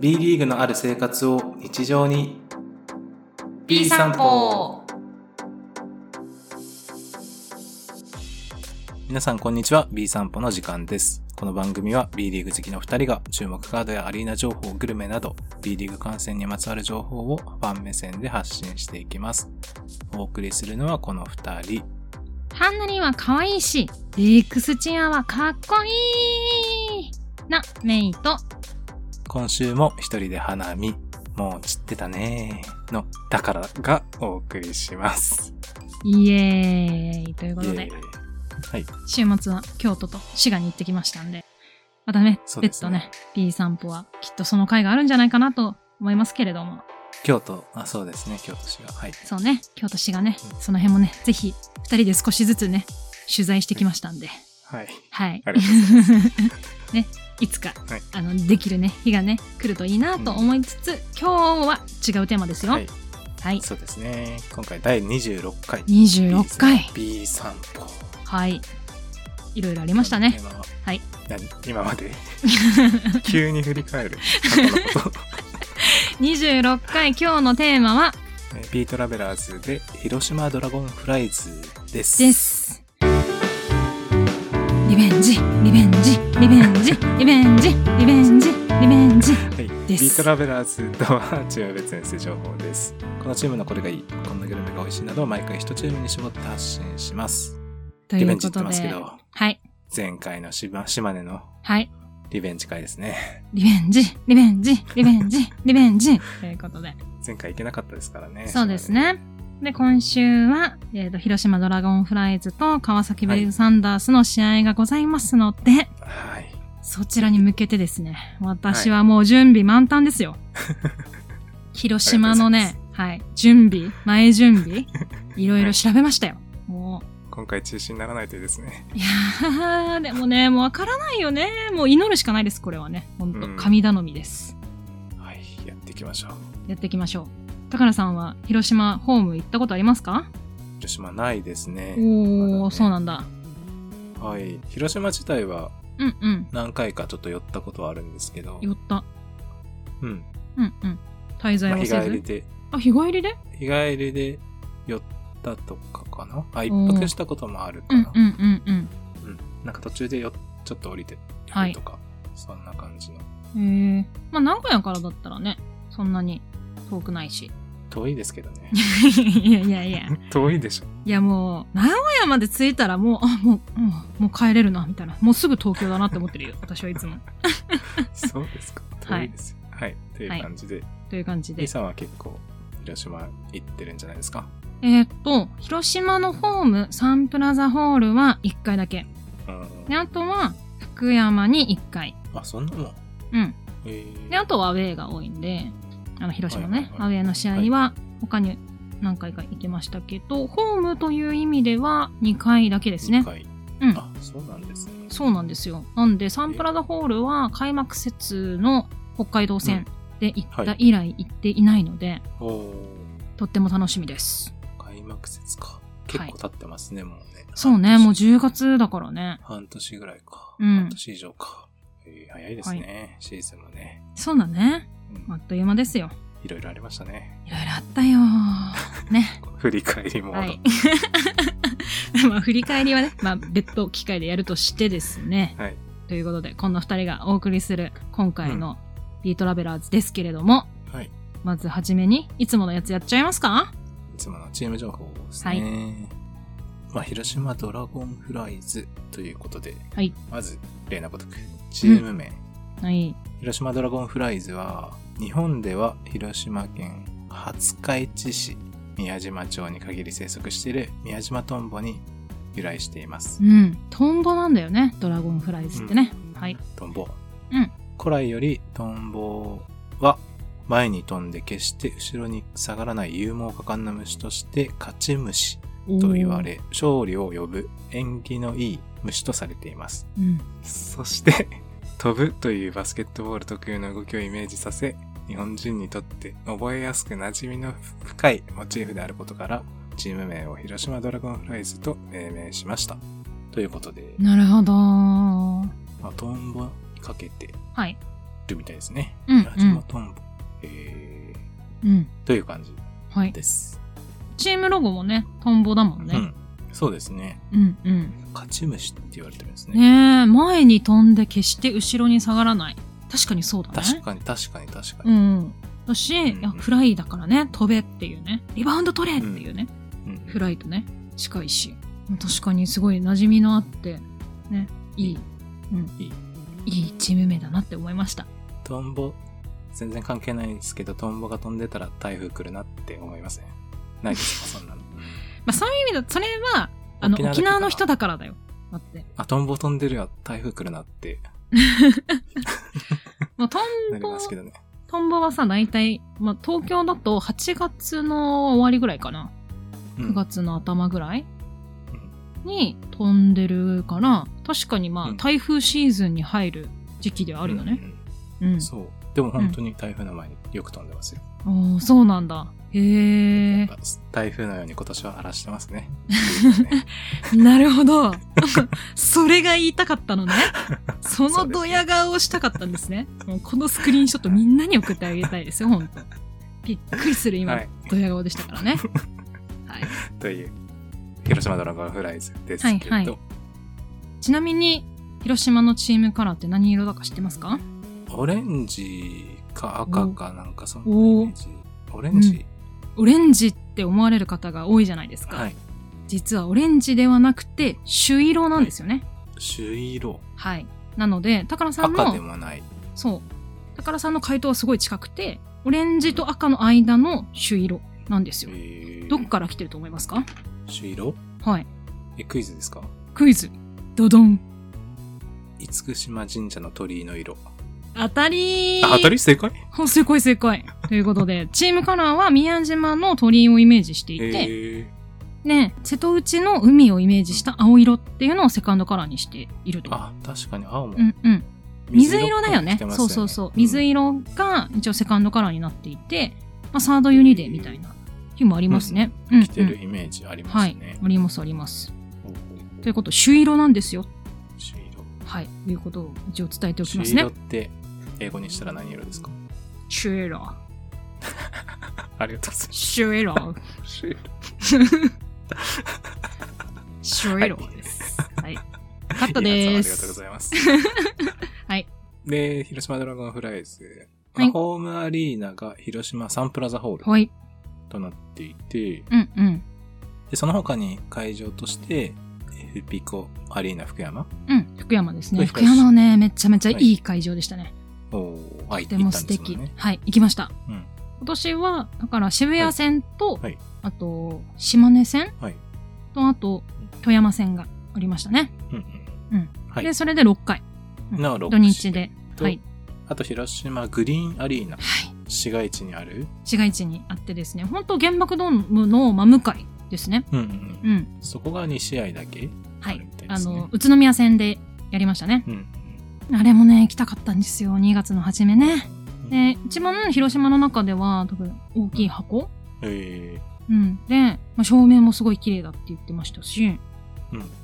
B リーグのある生活を日常に B 散歩皆さんこんにちは B 散歩の時間ですこの番組は B リーグ好きの2人が注目カードやアリーナ情報グルメなど B リーグ観戦にまつわる情報をファン目線で発信していきますお送りするのはこの2人ハンナリンは可愛いし、X チアはかっこいいなメイと、今週も一人で花見もう散ってたねーのだからがお送りしますイエーイということイエでー、イはい週末は京都と滋賀に行ってきましたんで、またね、そうで別す途ねね、B 散歩はきっとその回があるんじゃないかなと思いますけれども、京都あそうですね京都市がはいそうね、京都市がねう、その辺もね、ぜひ二人で少しずつね、取材してきましたんで、はいはいありがと。 ね、いつか、はいあのできるね日がね来るといいなと思いつつ、今日は違うテーマですよ。ははいい。そうですね今回第26回二十六回。 B 散歩はい。いろいろありましたね。今ははい。何今ま で急に振り返る過去のこと 二十六回今日のテーマはえ B トラベラーズで広島ドラゴンフライズですです。リベンジ、リベンジ、リベンジ、リベンジ、リベンジ、リベンジ。はい、です B トラベラーズとはチーム別遠征情報ですこのチームのこれがいいこんなグルメが美味しいなどを毎回一チームに絞って発信しますとリいベうンジこ言ってまとすけで、どはい。前回の島島根のはい。リベンジ会ですねリベンジ、リベンジ、リベンジ、リベンジ。ということで。前回行けなかったですからねそうですね。で、今週は、えーと、広島ドラゴンフライズと川崎ベイブサンダースの試合がございますので、島根はいそちらに向けてですね、私はもう準備満タンですよ。広島のありがね、はい、準備、前準備、いろいろ調べましたよ。も今回中止にならないといいですねう、いやー、でもね、もうわからないよね。もう祈るしかないです、これはね。ほんとうん、神頼みです。はいやっていきましょうやっていきましょう。高野さんは広島ホーム行ったことありますか広島ないですねおー、そうだなんだ。ねはい広島自体はうんうん。何回かちょっと寄ったことはあるんですけど寄った。うん、うんうん。滞在まあ、はせ日ず。帰りであ、日帰りで日帰りで寄ったとかかなあ一泊したこともあるかうんうんな、うんうんなんか途中でよちょっと降りてくるとか、そんな感じのうん。へえ。まあ、名古屋からだったらね、そんなに遠くないし。 遠いですけどね いやいやいや。遠いでしょいやもう、名古屋まで着いたらもう、あ、もう、もう、もう帰れるな、みたいな。もうすぐ東京だなって思ってるよ。 私はいつも。そうですかは遠いいですよ はい、っていう感じで、という感じでイ。さんは結構広島行ってるんじゃないですかえーっと、広島のホーム、サンプラザホールは1回だけ。うんで、あとは、福山に1回。あそんなもんうん。えーで、あとはアウェーが多いんで、あの、広島のはいね、はいはアウェーの試合は、他に何回か行きましたけど、ホームという意味では2回だけです二ね。回うん。あそうなんですねそうなんですよ。なんで、サンプラザホールは開幕節の北海道戦で行っはたい以来行っていないので、おおとっても楽しみです。開幕節か結構経ってますね、もうねそうね、もうう10月だからね。半年ぐらいか、うん半年以上か、えー早いですね、シーズンもね、そうだね。うんあっという間ですよ。いろいろありましたね いろいろあったよー。ね。振り返りモード、はい。 まあ、振り返りはね、まあ、別途機会でやるとしてですね。はいということで、こんな二人がお送りする今回のビートラベラーズですけれども、はい、いまずはじめに、いつものやつやっちゃいますかつものチーム情報ですね、まあ、広島ドラゴンフライズということで、はいまず例のごとくチーム名、はい。広島ドラゴンフライズは日本では広島県廿日市市宮島町に限り生息している宮島トンボに由来していますう、ん。トンボなんだよね、ドラゴンフライズってね。はい。トンボ、うん古来よりトンボは前に飛んで決して後ろに下がらない勇猛果敢な虫として勝ち虫と言わ。れ勝利を呼ぶ縁起のいい虫とされていますうん。そして 飛ぶというバスケットボール特有の動きをイメージさせ日本人にとって覚えやすく馴染みの深いモチーフであることからチーム名を広島ドラゴンフライズと命名しましたということで、なるほどー。まあ、トンボにかけてはい。るみたいですね。うんラジマトンボ。えうん。ー、という感じはい。です。チームロゴもね、トンボだもんうね。ん。そうですね。うん、うん。勝ち虫って言われてるんですね。ねえ、前に飛んで決して後ろに下がらない。確かにそうだね。確かに確かに確かうに。ん。だし、うんいやフライだからね、飛べっていうね。リバウンド取れっていうね。うんフライとね、近いし。確かにすごい馴染みのあって、ね、いい、うん、いいいいチーム名だなって思いました。トンボ、全然関係ないですけど、トンボが飛んでたら台風来るなって思いますね。ないですか、そんなの。まあそういう意味で、それは、あの、沖縄だけかなの人だからだよ。だって。あ、トンボ飛んでるよ、台風来るなってまあ、トなンりボま、すけどね。トンボはさ、大体、まあ東京だと8月の終わりぐらいかな。う9ん。月の頭ぐらいに飛んでるから、確かにまあ、うん台風シーズンに入る時期ではあるよね。うんうんうん。うん。そう。でも本当に台風の前によく飛んでますよ。おーそうなんだ。へやえっ。ぱ台風のように今年は荒らしてますね。なるほど。 それが言いたかった のね。そそのうですねドヤ顔をしたかったんですね。もうこのスクリーンショットみんなに送ってあげたいですよ、本当びっくりする 今、はいドヤ顔でしたからね。はい。という、広島ドラゴンフライズですけど、はいはいちなみに、広島のチームカラーって何色だか知ってますかオレンジか赤かなんかそんなイおメージ。オレンジ、オレンジって思われる方が多いじゃないですか。はい。実はオレンジではなくて朱色なんですよね。朱色。はい。なので、高さん赤での、もない。そう。高さんの回答はすごい近くて、オレンジと赤の間の朱色なんですよ。えーどっから来てると思いますか朱色はい。え、クイズですかクイズ。ドドン。厳島神社の鳥居の色。当たりあ、当たり正解お正解正解。ということで、チームカラーは宮島の鳥居をイメージしていえて、ー、ね、瀬戸内の海をイメージした青色っていうのをセカンドカラーにしていると。あ、確かに青もうんうん。水色だよね。水っぽく着てますそうそうそう。水ん色が一応セカンドカラーになっていて、まあ、サードユニデーみたいな日もありますね。うん、うん。着てるイメージありまはすいね。。ありますあります。ほうほうほうということ、朱色なんですよ。朱色。はい。ということを一応伝えておき朱ます色ねっ。て英語にしたら何色 ですか朱色。ありがとうございます。朱色。朱色。朱色です。はい。カットいでやす。そうありがとうございます。 はい。で、広島ドラゴンフライズ。はいホームアリーナが広島サンプラザホールはい。となっていて、うんうん。でその他に会場として、フピコアリーナ福山うん。福山ですそうね。です福山はね、めちゃめちゃいい会場でしたね。を相手とてに行もったん素です敵、もんね。はい行きました、うん今年はだから渋谷線と、はいはいあと島根線、はいとあと富山線がありましたね、うんうんうんはいで。それで6回うんの6土日でとはい、あと広島グリーンアリーナ、はい、市街地にある、市街地にあってですね本当原爆ドームの真向かいですねうんうんうんうん、そこが2試合だけはあるいみたいであすねの宇都宮線でやりましたねうんあれもね行きたかったんですよ2月の初めねうんで一番広島の中では多分大きい箱、えうん、で、まあ、照明もすごい綺麗だって言ってましたし、うん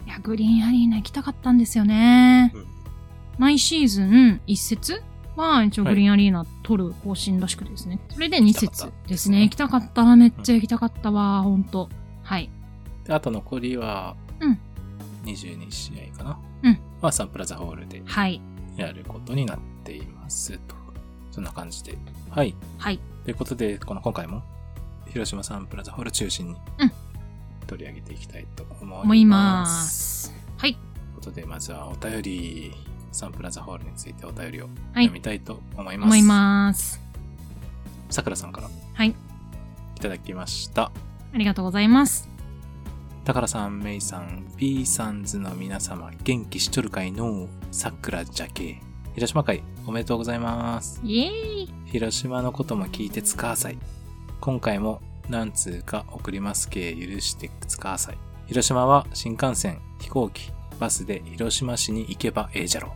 いやグリーンアリーナ行きたかったんですよねー。うん毎シーズン1節は一応はいグリーンアリーナ取る方針らしくてですね、それで2節ですね行行ききたかっためっちゃ行きたかったわほんとはいであと残りはうん22試合かな、うんはサンプラザホールではいやることになっていますとそんな感じではいはいということでこの今回も広島サンプラザホール中心にうん取り上げていきたいと思います,、思いますはいということでまずはお便りサンプラザホールについてお便りをはい読みたいと思います、思いますさくらさんからはいいただきましたありがとうございます高田さん、メイさん、B さんズの皆様、元気しちょるかいのさくらじゃけ。広島会、おめでとうございます。イエーイ広島のことも聞いてつかーさい。今回も何通か送りますけ、許してつかーさい。広島は新幹線、飛行機、バスで広島市に行けばええじゃろ。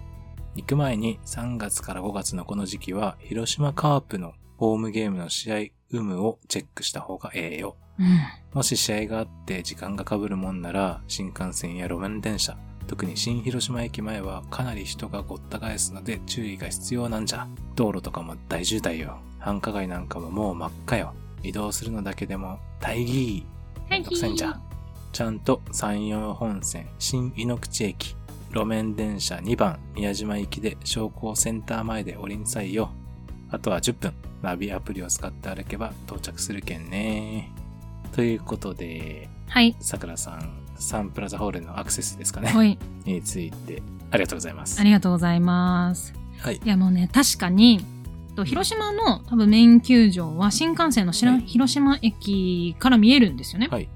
行く前に3月から5月のこの時期は、広島カープのホームゲームの試合有無をチェックした方がええよ。うんもし試合があって時間がかぶるもんなら、新幹線や路面電車、特に新広島駅前はかなり人がごった返すので注意が必要なんじゃ。道路とかも大渋滞よ。繁華街なんかももう真っ赤よ。移動するのだけでも大義めんどくさいんじゃ。ちゃんと山陽本線新井ノ口駅、路面電車2番宮島行きで商工センター前で降りなさいよ。あとは10分、ナビアプリを使って歩けば到着するけんね。ということで、はい。さくらさん、サンプラザホールのアクセスですかね、ほい。についてありがとうございます。ありがとうございます。はい。いやもうね、確かに、と広島の多分メイン球場は新幹線の白、はい広島駅から見えるんですよね。はい。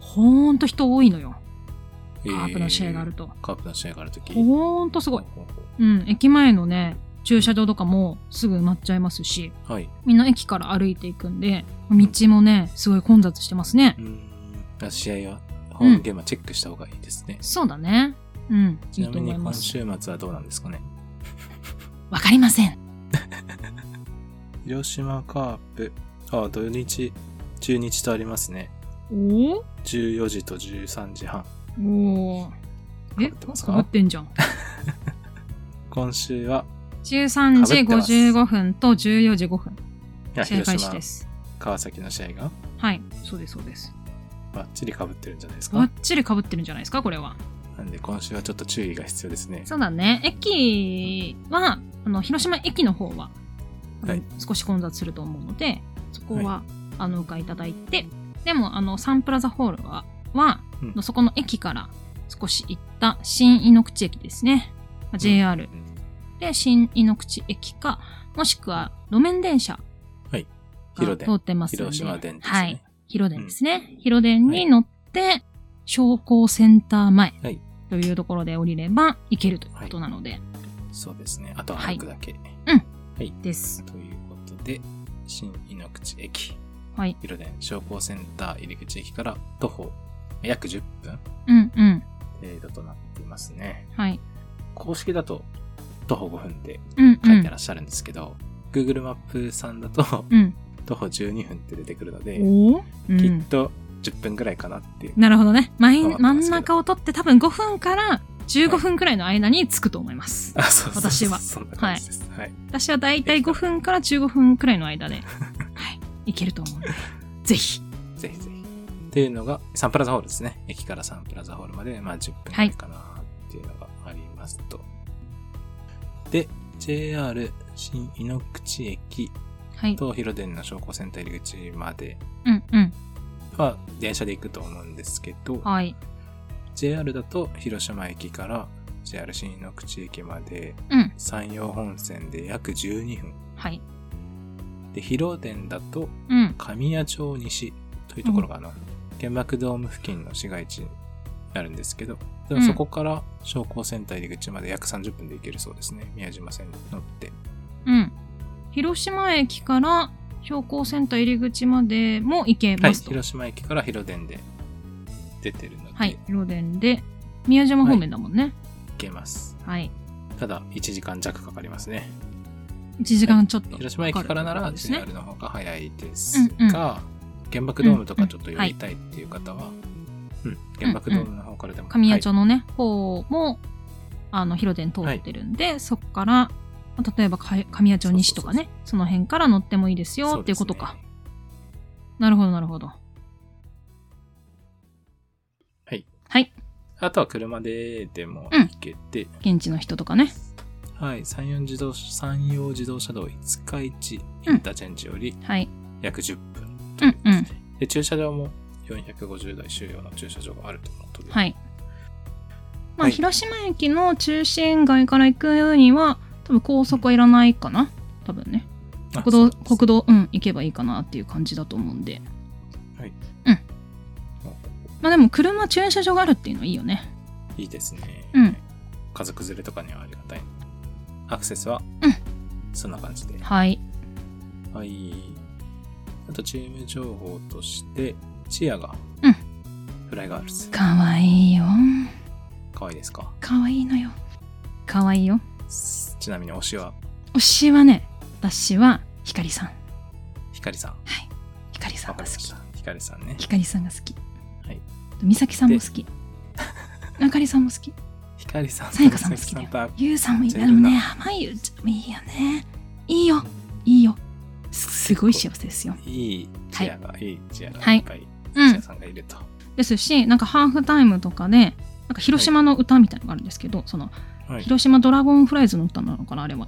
ほーんと人多いのよ。カカープの試合がある。と。カープの試合があるとき。ほーんとすごい。うん、駅前のね、駐車場とかもすぐ埋まっちゃいますし、はい。みんな駅から歩いていくんで、道もね、すごい混雑してますねう。ん。試合は、ホームゲームはチェックした方がいいですね。そうだね。うん、ちいいなみとに思いま今す。週末はどうなんですかね。わかりません。広島カープ。あ、土日、中日とありますね。お14時と13時半。おおーえ、被ってますかかぶってんじゃん。今週は、 13時被ってます55分と14時5分。いや試合広開始島で、す。川崎の試合がはい、そうです、そうです。バッチリ被ってるんじゃないですばかっ。ちり被ってるんじゃないですか、これは。なんで今週はちょっと注意が必要ですね。そうだね。駅は、あの、広島駅の方は、はい少し混雑すると思うので、そこは、はあの、お伺いいただいて、でも、あの、サンプラザホールは、は、うんのそこの駅から少し行った新井ノ口駅ですね。まあ JR で新井ノ口駅か、もしくは路面電車はいが広通電ってますんで広島電ですね。はい。広電ですね。広電に乗って、商工センター前はいというところで降りれば行けるということなので、そうですね。あとははい歩くだけ。はい。です。ということで、新井ノ口駅、はい。広電商工センター入り口駅から徒歩約10分うんうん。程度となっていますね。はい。公式だと徒歩5分でうんう書いてらん。っしゃるんですけど、Google マップさんだと うん。徒歩12分って出てくるので、おーうきっん。と10分ぐらいかなっていう。なるほどね。真変わんってます真けどん中を取って多分5分から15分くらいの間に着くと思います。あ、そうそうそう私はそんな感じです。はい。私はだいたい5分から15分くらいの 間で、はい、行けると思うので、ぜひ。ぜひぜひ。っていうのが、サンプラザホールですね。駅からサンプラザホールまで、まあ10分くらいかなっていうのがありますと。で、JR 新井ノ口駅はい。と広電の商工センター入り口までうんうん。は電車で行くと思うんですけど、はい。 JR だと広島駅から JR 新井ノ口駅までうん。山陽本線で約12分。はい。で、広電だとうん。神谷町西というところがあの、原爆ドーム付近の市街地になるんですけど、でもうんそこから商工センター入り口まで約30分で行けるそうですね。宮島線に乗って。うん。広島駅から標高センター入り口までも行けはい。ますと。広島駅から広電で出てるので、はい行。ロデンで、宮島方面だもんね。けます。はい。ただ、1時間弱かかりますね。 1時間ちょっと。広島駅からなかからるということですね JR の方が早いですが、原爆ドームとかちょっと寄りたいっていう方は、うん、原爆ドームの方からでも、神谷町のね、方も、あの、広電通ってるんで、そこから、まあ例えばか神谷町西とかね、そそうの辺から乗ってもいいですはいよそっていでうすねことか。なるほど、なるほど。あとは車ででも行けて、現地の人とかね。はい、山陽自動山陽自動車道五日市インターチェンジよりはい。約10分、うんうん。で駐車場も450台収容の駐車場があるとのことで、はい。まあ、はい広島駅の中心街から行くには、多分高速はいらないかな。多分ね。あ国道、そうです国道、うん、行けばいいかなっていう感じだと思うんで。まあでも、車駐車場があるっていうのはいいよね。いいですね、うん家族連れとかにはありがたいアクセスは、うんそんな感じではい。はいあとチーム情報としてチアが、うんフライガールズかわいいよ。可愛いですかかわいいのよ。かわいいよ。ちなみに推しは推しはね、私は、ひかりさん。ひかりさんひかりさわんかがり好ましきた。ひかりさんねひかりさんが好き。はい。美咲さんも好き。あかりさんも好き。光ひかりさんとさやかさんも好きだよみさきゆうさんもいいジなェでルもナね濱ゆうちゃんもいいよねいいよいいよすすごい幸せですよといいチアが、い、いチアがはいいっぱい、うんチアさんがいると。ですしなんかハーフタイムとかでなんか広島の歌みたいのがあるんですけど、そのはい。広島ドラゴンフライズの歌なのかなあれは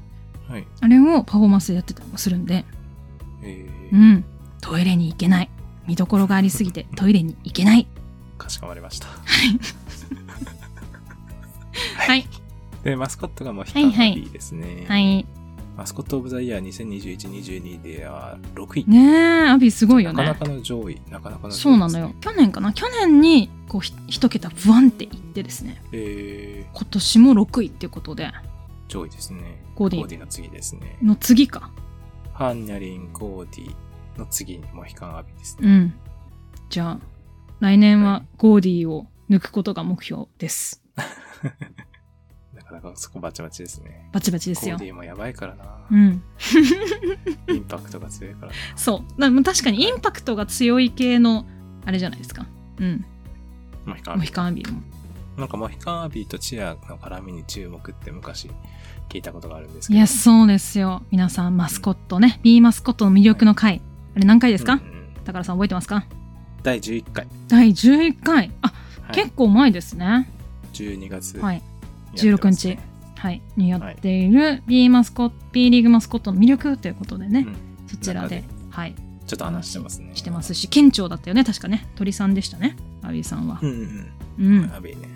はい。あれをパフォーマンスでやってたりもするんでえうー、んトイレに行けない見どころがありすぎてトイレに行けないかしこまりました。はいで、マスコットがモヒカンはいはいいいですね、はいマスコットオブザイヤー2021-22では6位。ねえアビーすごいよねなかなかの上位。なかなかの上位、そうなのよ。去年かな去年にこうひ一桁ブワンっていってですねえ今年も6位っていうことでー、上位ですね。ゴーデコーィディの次ですね。の次かハンニャリン、コーディの次にモヒカンアビですうね。んじゃあ来年ははゴーディを抜くことが目標ですなかなかそこバチバチですね。バチバチですよコーディもやばいからなう。んインパクトが強いからな。そうな確かにインパクトが強い系のあれじゃないですかうんモヒカンアモビヒ。カンアビーもなんかモヒカンアビとチアの絡みに注目って昔聞いたことがあるんですけいど。やそうですよ皆さんマスコットね B マスコットの魅力の回あれ何回ですうかんうん高田さん覚えてますか第11回。第11回あはい結構前ですね12月、はいやってますね16日はい、にやっている B マスコ B リーグマスコットの魅力ということでね、うんそちらで中はいちょっと話してますね。してますし県庁だったよね確かね鳥さんでしたねアビーさんはう、んうんうんううんん。アビね、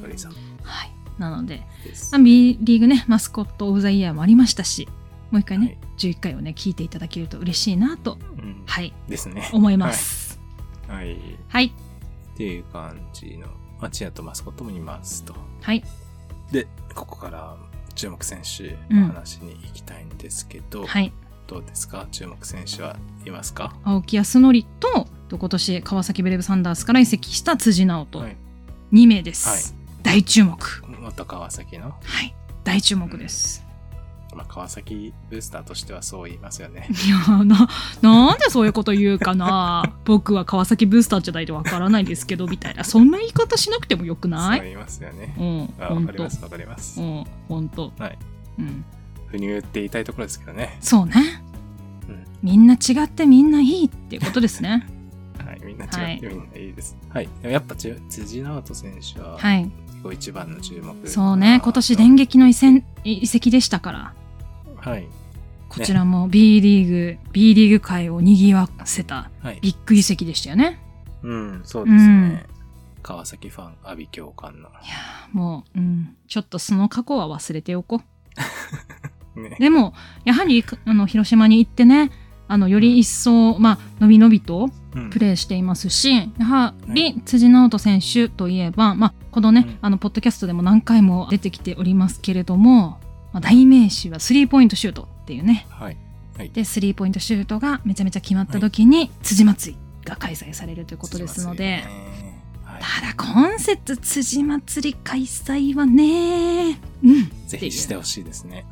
鳥さんはい、なのでです。まあ B リーグねマスコット・オブ・ザ・イヤーもありましたしもう一回ね、はい11回をね聞いていただけると嬉しいなとうんはいですね。思いますはい。っはいていう感じの、まあ、チアとマスコットもいますと。はいで、ここから注目選手の話に行きたいんですけど、はいどうですか注目選手はいますか青木康則とと今年川崎ブレイブサンダースから移籍した辻直人、はい。 2名です、はい大注目元川崎の、はい大注目です、まあ、川崎ブースターとしてはそう言いますよね。いやーななんでそういうこと言うかな僕は川崎ブースターじゃないとわからないですけどみたいなそんな言い方しなくてもよくなそうい言いますよねう。んあわ本かり当ます、わかりますう。ん本当はいうん不入って言いたいところですけどね。そうねうんみんな違ってみんないいってことで すねはい、みんなは違っいてみんないいです。はい、でもやっぱち辻直人選手は、はい結構一番の注目。そうね今年電撃の移籍移籍でしたからはい、こちらも B リーグ、B リーグ界をにぎわせたはい。ビッグ移籍でしたよねうん、そうですね。川崎ファン、阿炎教官の。いやーもう、うん、ちょっとその過去は忘れておこうね。でもやはりあの広島に行ってねあのより一層、まあのびのびとうんプレーしていますしやはり辻直人選手といえば、まあ、このね、うんあのポッドキャストでも何回も出てきておりますけれども、まあ、代名詞はスリーポイントシュートっていうねはい。でスリーポイントシュートがめちゃめちゃ決まった時に、辻祭りが開催されるということですので辻松井ねはただ今節辻祭り開催はねうんい、ぜひしてほしいですね。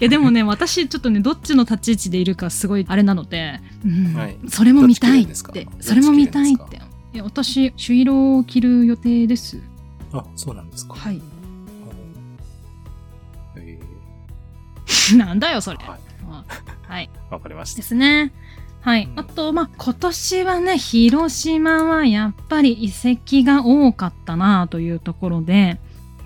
いやでもね私ちょっとねどっちの立ち位置でいるかすごいあれなので、うんはいそれも見たいっどっち着るんてですかそれも見たいっどっち着ていや私朱色を着る予定です あ、そうなんですか。はいうんえ なんだよそれーはい、まあはいわかりましでた。すねはい、うんあとまあ今年はね広島はやっぱり移籍が多かったなというところで、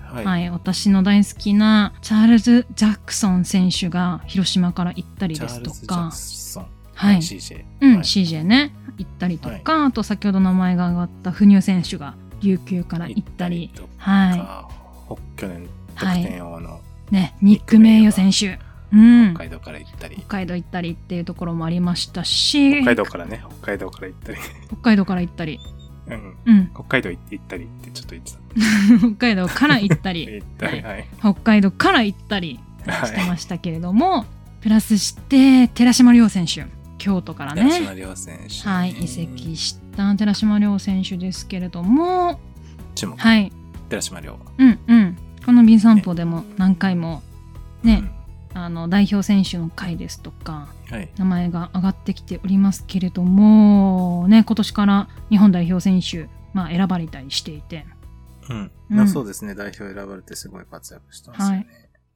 は。はいい私の大好きなチャールズ・ジャクソン選手が広島から行ったりチャでーすルとズ・ジャかクソン、はい CJ。うん、はい CJ ね行ったりとか、あと先ほど名前が挙がった不入選手が琉球から行ったり行ったりとかはほ去年、得はい点王のいねニック・名誉選手うん北海道から行ったり、北海道行ったりっていうところもありました北し海道からね、北海道から行ったり、北海道から行ったりうん、うん 北海道行って行ったりってちょっと言ってた。北海道から行ったり行ったり、はい。北海道から行ったりしてはい。ましたけれども、プラスして寺島亮選手京都から寺島ね亮選手、はい移籍。した寺島亮選手ですけれども注目、はい寺島亮。うんうんこの「ビン散歩」でも何回もね、あの代表選手の回ですとかうん。はい。名前が上がってきておりますけれどもね今年から日本代表選手、まあ、選ばれたりしていてうん。うんなそうですね、代表選ばれてすごい活躍したんですよね。はい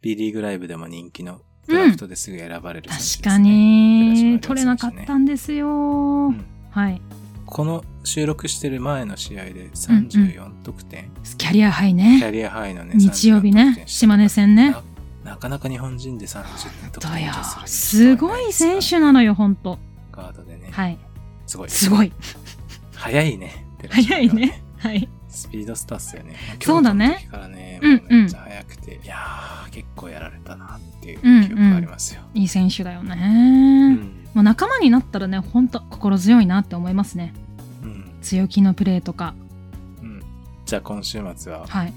B リーグライブでも人気のドラフトですぐ選ばれる選手です、ね確かに、取れなかったんですよ。うんはい。この収録してる前の試合でう34得点、キャリアハキイャね。リアハイのね、日曜日34得ね点。して島根戦ね。ななかなか日本人で30点得だ点よ以上する。すごい選手なのよ、ほんと。ガードでね、はい。すごい。すごい。早いね。寺島が早いね。。はい。スピードスターっすよね。そうだね京都の時からね、うんうんもうめっちゃ早くて、いやー、結構やられたなっていう記憶がありますよ。いい選手だようんね。もう仲間になったらね、ほんと心強いなって思いますね。うん強気のプレーとか。うんじゃあ今週末ははい。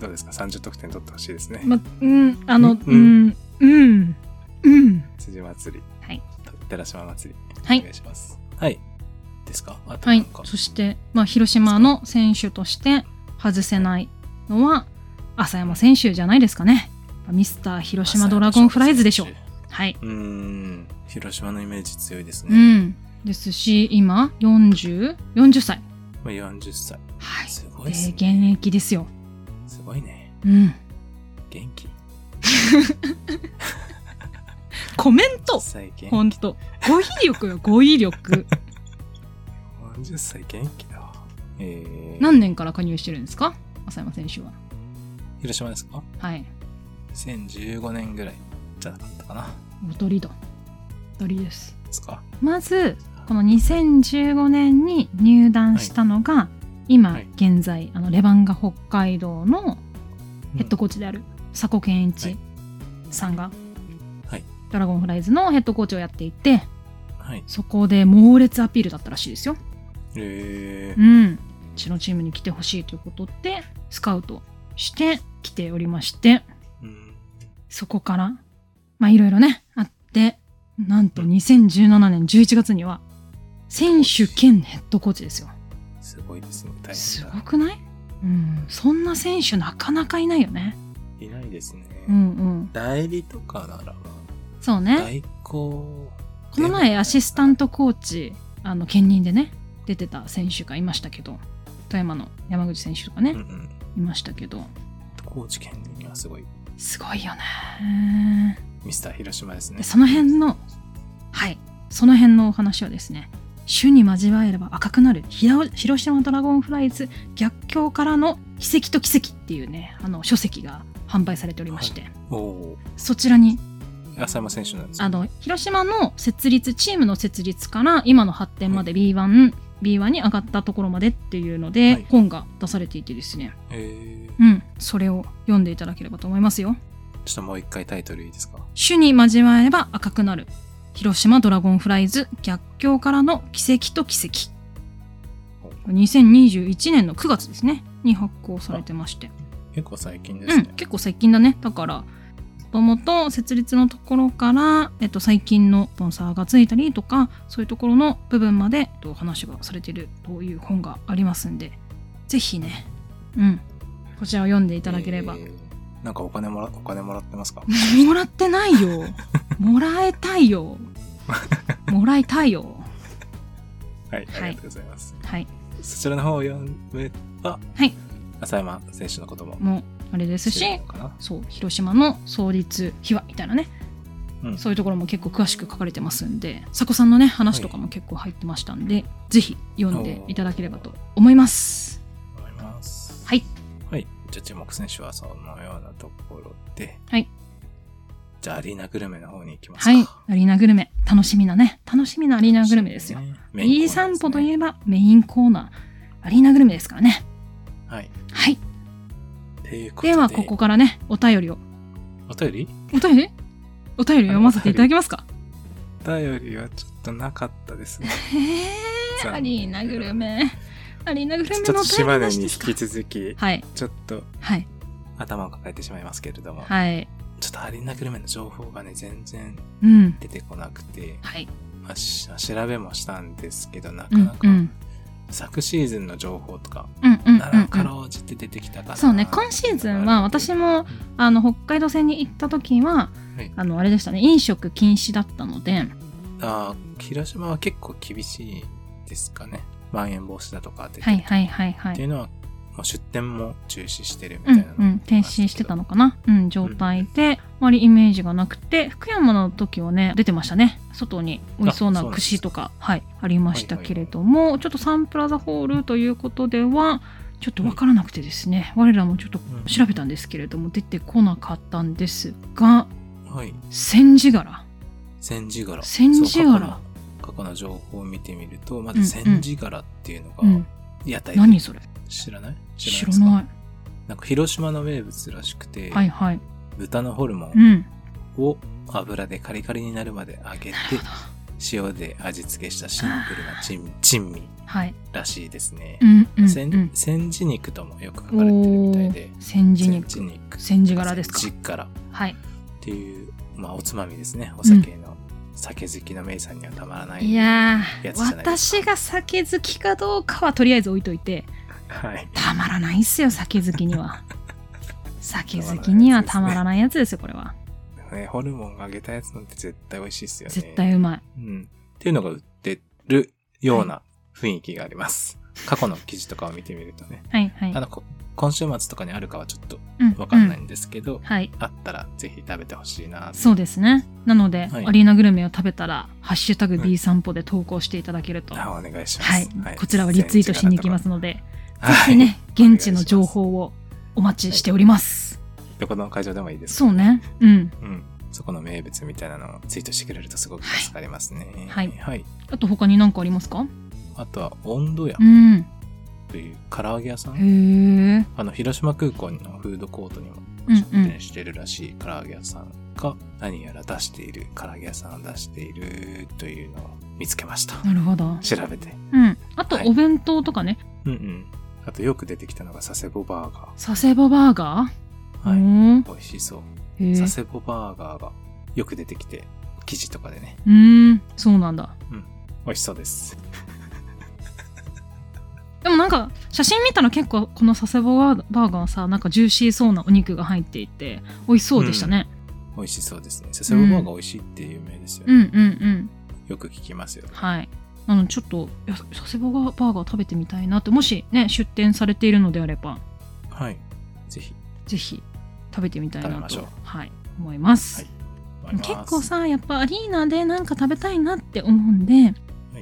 どうですか30得点取ってほしいですね、ま、うん、あの、ううんん、うん、うん。辻祭り、はい、寺島祭り、はいお願いしますはいですかあとはなんいか、。そして、まあ、広島の選手として外せないのは、浅山選手じゃないですかね。ミスター広島ドラゴンフライズでしょう。はい。うーん広島のイメージ強いですうね、ん。ですし、今、40、40歳。まあ40歳はい。すごいで、ですね現役ですよ。すごいねうん。元気コメント歳元ほんと。語彙力よ、語 彙力。気40歳元気だわえー、何年から加入してるんですか浅山選手は。広島ですかはい。 2015年ぐらいじゃなかったかなおとりだ。おとりです。ですかまずこの2015年に入団したのが、今はい現在あのレバンガ北海道のヘッドココーチである佐古健は一いさんが、はいドラゴンフライズのヘッドコーチをやっていてはいそこで猛烈アピールだったらしいですよ。えうー、ん、うちのチームに来てほしいということでスカウトして来ておりましてうんそこからまあいろいろねあってなんと2017年11月には選手兼ヘッドコーチですよ。すごいですね大す変ごだくないうん、そんな選手なかなかいないよね。いないですね、うんうん。代理とかならまそうあね。代行この前アシスタントトコーチ、あの、兼任でね、出てた選手がいましたけど、富山の山口選手とかねうん、うんいましたけど、高知県にはすごいすごいよね。ミスター広島ですねでその辺の、はい、その辺のお話はですね、主に交わえれば赤くなるひら広島ドラゴンフライズ逆境からの奇跡と奇跡っていうね、あの書籍が販売されておりまして、おおそちらにー浅山選手なんですかあの広島の設立チームの設立から今の発展まで B1、B1 に上がったところまでっていうので、はい本が出されていてですね、えー、うん、それを読んでいただければと思いますよ。ちょっともう一回タイトルいいですか主に交わえば赤くなる広島ドラゴンフライズ逆境からの奇跡と奇跡2021年の9月ですねに発行されてまして、結構最近でうすん、ね、結構最近だねだからもともと設立のところから、えっと、最近のスポンサーがついたりとかそういうところの部分まで、えっと、話がされているという本がありますんでぜひね、うん、こちらを読んでいいただければ、なんかお金もらお金もらってますか もらってないよもらえたい よもらいたいよはいはいありがとうございます、はいそちらの方を読めば、はい、浅山選手のことももうあれです知れしるのかなそう広島の創立秘話みたいなね、うんそういうところも結構詳しく書かれてますんで佐古さんのね話とかも結構入ってましたんで、ぜひ読んでいただければと思います思いますはいはいじゃあ注目選手はそのようなところではいじゃあアリーナグルメの方に行きますはかいアリーナグルメ楽しみなね楽しみなアリーナグルメですよ、メインコーナーですね。いい散歩といえばメインコーナーアリーナグルメですからねはい。はいということでではここ。からねお便りをお便りお便りお便りを読ませていただけますかお便りはちょっとなかったですね。へえ残念 アリーナグルメアリーナグルメちょっのおと島根便りなにし引ですかき続き、はいちょっとはい頭を抱えてしまいますけれども、はいちょっとアリーナグルメの情報がね、全然うん出てこなくて、はいまあ、し調べもしたんですけど、なかうんなか、うん昨シーズンの情報とか、うんうんならかうんうんろうじて出てきたかな、そうね今シーズンは私もあの北海道戦に行った時ははいあのあれでしたね飲食禁止だったのであー広島は結構厳しいですかね。まん延防止だとか出ててはいはいはいはっていいうのはまあ、出店も中止してるみたういんなのうん、転身してたのかな、うん、状態で、あまりイメージがなくて福山の時はね出てましたね外に美味しそうあなそうなんです串とかはい、ありましたけれども、ちょっとサンプラザホールということではちょっと分からなくてですね、我らもちょっとうん調べたんですけれども出てこなかったんですがはい千字柄千字柄千字柄そう過去の過去の情報を見てみるとまず千字柄っていうのうがん屋台で、何それ知らない知んでらすかななんか広島の名物らしくて、いはいはい豚のホルモうンんを油でカリカリになるまで揚げてなるほど塩で味付けしたシンプルな珍珍味はいらしいですねう、んうん、う千ん、千字肉ともよく書かれてるみおたいーで千字肉千字肉千字柄ですか千字柄はいっていう、まあ、おつまみですねお酒の、酒好きのメイさんにはたまらないいややーつじゃないですか私が酒好きかどうかはとりあえず置いといてはいたまらないっすよ酒好き には酒好きにはたまらないやつですよこれはね、ホルモンが揚げたやつなんて絶対美味しいですよね。絶対うまいうん。っていうのが売ってるような雰囲気があります。過去の記事とかを見てみるとね。はいはいあの、こ今週末とかにあるかはちょっとうんわかんなういんですけど、はいあったらぜひ食べてほしいなそうですねなので、はいアリーナグルメを食べたら「ハッシュタグうん #B 散歩」で投稿していただけると、あお願いします、はい、こちらはリツイートしに行きますので、はい。ぜひね、はい現地の情報をお待ちしております、どこの会場でもいいです。そうねうんうん。そこの名物みたいなのをツイートしてくれるとすごく助かりますね。はいあと他に何かありますかあとは、温度屋うんへという唐揚げ屋さん。えあの、広島空港のフードコートにもうん出うん店してるらしい唐揚げ屋さんが何やら出している唐揚げ屋さんを出しているというのを見つけましたなるほど調べてうん、あとはいお弁当とかね、うんうんあとよく出てきたのが佐世保バーガ佐世保バーガー、ーはい、い、美味しそうへえ佐世保バーガーがよく出てきて記事とかでねうーんそうなんだ美味しそうですでもなんか写真見たら結構この佐世保バーガーはさなんかジューシーそうなお肉が入っていて美味しそうでしたね、美味しそうですね佐世保バーガー美味しいって有名ですようん、ね、うんうんよく聞きますよはいあのちょっといや佐世保バーガー食べてみたいなってもしね出店されているのであればはいぜひぜひ食べてみたい食べなましょとうはい思います、はい思います結構さやっぱアリーナでなんか食べたいなって思うんで、はい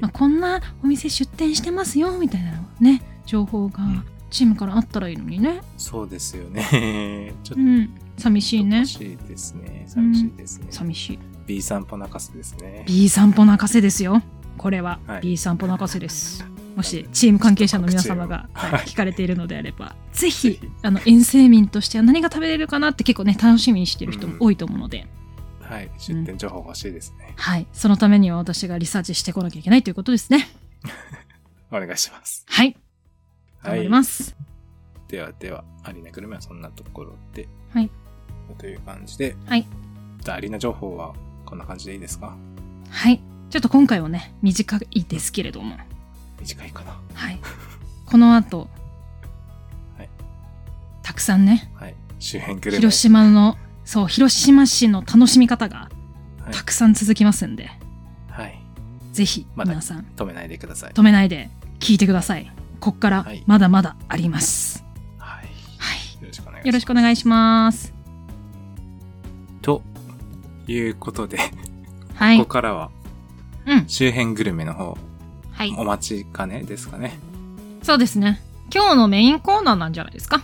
まあ、こんなお店出店してますよみたいなのね情報がうんチームからあったらいいのにねそうですよねちょっとうん寂しいね寂しいですね寂しいですね、寂しい B 散歩泣かすですね B 散歩泣かせですよこれは、はい B 散歩泣かせですもしチーム関係者の皆様が、ちょっと告知をはい聞かれているのであればぜひぜひあの遠征民としては何が食べれるかなって結構ね楽しみにしてる人も多いと思うので、はい、出店情報欲しいですね。はいそのためには私がリサーチしてこなきゃいけないということですねお願いします。。はい頑張りますす、ではでは、アリーナグルメはそんなところで。はい。という感じで。はい。じゃあ、アリーナ情報はこんな感じでいいですかはい。ちょっと今回はね、短いですけれども、短いかな。はい。この後、はいたくさんね、はい。周辺グルメ。広島の、そう、広島市の楽しみ方がはいたくさん続きますんで、はい。ぜひまだ皆さん、止めないでください。止めないで聞いてください。こっからはいまだまだあります。はい。はい。よろしくお願いします。よろしくお願いします。ということで、はいここ。からはうん。周辺グルメの方、はい。お待ちかねですかね。そうですね。今日のメインコーナーなんじゃないですか。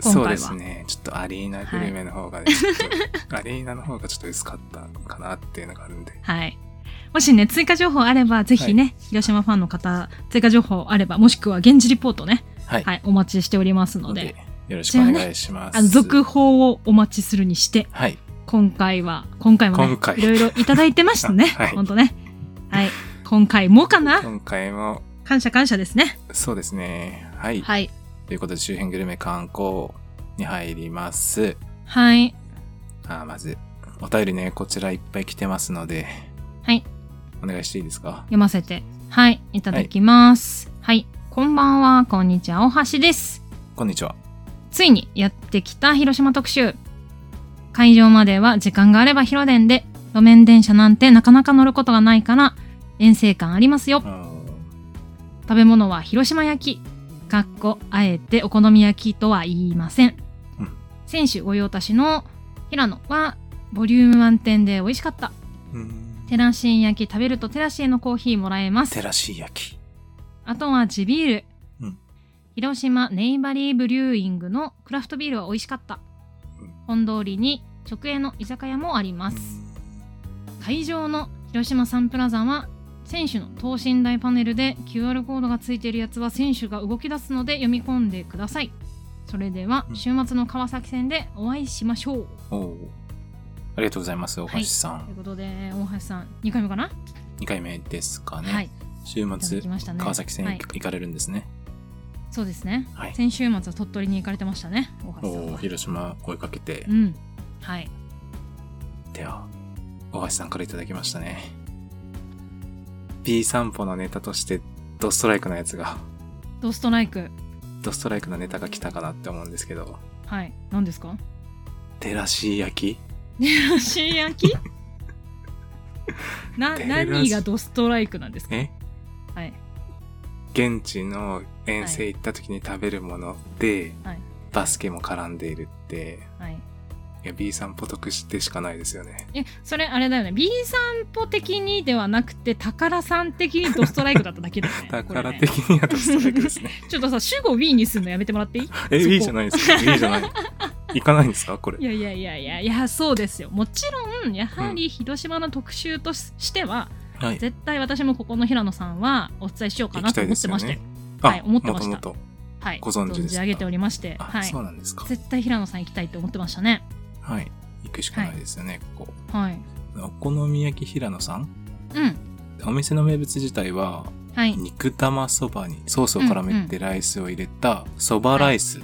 今回そうはですね。ちょっとアリーナグルメの方がね、ちょっとアリーナの方がちょっと薄かったかなっていうのがあるんで。はい。もしね、追加情報あれば、ぜひね、広島ファンの方、追加情報あれば、もしくは現地リポートね、はい。はい、お待ちしておりますのので、で、よろしくお願いします。あの続報をお待ちするにして、はい。今回は、今回もね今、回いろいろいただいてましたね、 はいほんとね。はい。今回もかな今回も、感謝感謝ですね。そうですね。はい。はい。ということで、周辺グルメ観光に入ります。はい。あまず、お便りね、こちらいっぱい来てますので、はい。お願いしていいですか読ませて。はい。いただきます。はい。こんばんは、こんにちは、大橋です。こんにちは。ついにやってきた広島特集会場までは時間があれば広電で路面電車なんてなかなか乗ることがないから遠征感ありますようん食べ物は広島焼きかっこあえてお好み焼きとは言いません、うん選手御用達の平野はボリューム満点で美味しかったうん。テラシン焼き食べるとテラシンのコーヒーもらえますテラシ焼き。あとは地ビール、うん広島ネイバリーブリューイングのクラフトビールは美味しかったうん本通りに直営の居酒屋もあります会場の広島サンプラザは選手の等身大パネルで QR コードがついているやつは選手が動き出すので読み込んでくださいそれではうん週末の川崎戦でお会いしましょうおおー。ありがとうございます、大橋さ。というんことで大橋さん2回目かな、 2回目ですかね。はいい週ただ末き、ましたね川崎戦はい、行かれるんですね。そうですねはい。先週末は鳥取に行かれてましたね大お橋さんおー、は広島追いかけてう。んはいでは、大橋さんからいただきましたね。B 散歩のネタとして、ドストライクのやつが、ドストライクドストライクのネタが来たかなって思うんですけど、はい何ですか テラシ焼き新焼き なテラシ何がドストライクなんですかえはい現地の遠征行った時に食べるもので、はいバスケも絡んでいるって、はいいや、B さんぽ得してしかないですよね。えそれあれだよね B 散歩的にではなくて宝さん的にドストライクだっただけだよ ね宝これ的ねにはドストライクですね。ちょっとさ主語 B にするのやめてもらっていい え、 そこ B じゃないですよ。B じゃない。行かないんですかこれい。やいやいやいやいやそうですよもちろんやはり広島の特集とししては、はい。絶対私もここの平野さんはお伝えしようか行きなたとい思でっすてよましたよね。はい思ってましたもともと。はいご存知ですか存じ上げておりましてあ、はいそうなんですか。絶対平野さん行きたいと思ってましたねはい。行くしかないですよね、ここ。はいお好み焼き平野さんうんお店の名物自体は、はい肉玉そばにソースを絡めてライスを入れたそばライスっ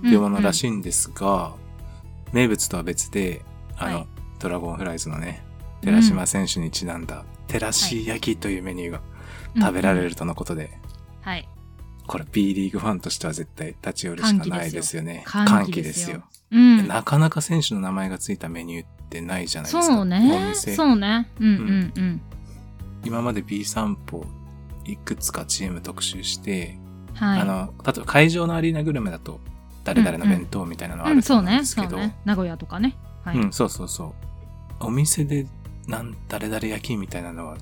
ていうものらしい、いんですが、名物とは別で、あの、はいドラゴンフライズのね、寺島選手にちなんだ、寺し焼きというメニューが食べられる、るとのことで、はいこれ B リーグファンとしては絶対立ち寄るしかないですよね。歓喜ですよ。うん、なかなか選手の名前がついたメニューってないじゃないですか。そうおね店そうねうんうんうん、今まで B 散歩いくつかチーム特集して、はいあの、例えば会場のアリーナグルメだと、誰々の弁当みたいなのはあうるんとそう思うんねですそけうど、ね名古屋とかねはい、うん、そうそうそう。お店で、なん、誰々焼きみたいなのは、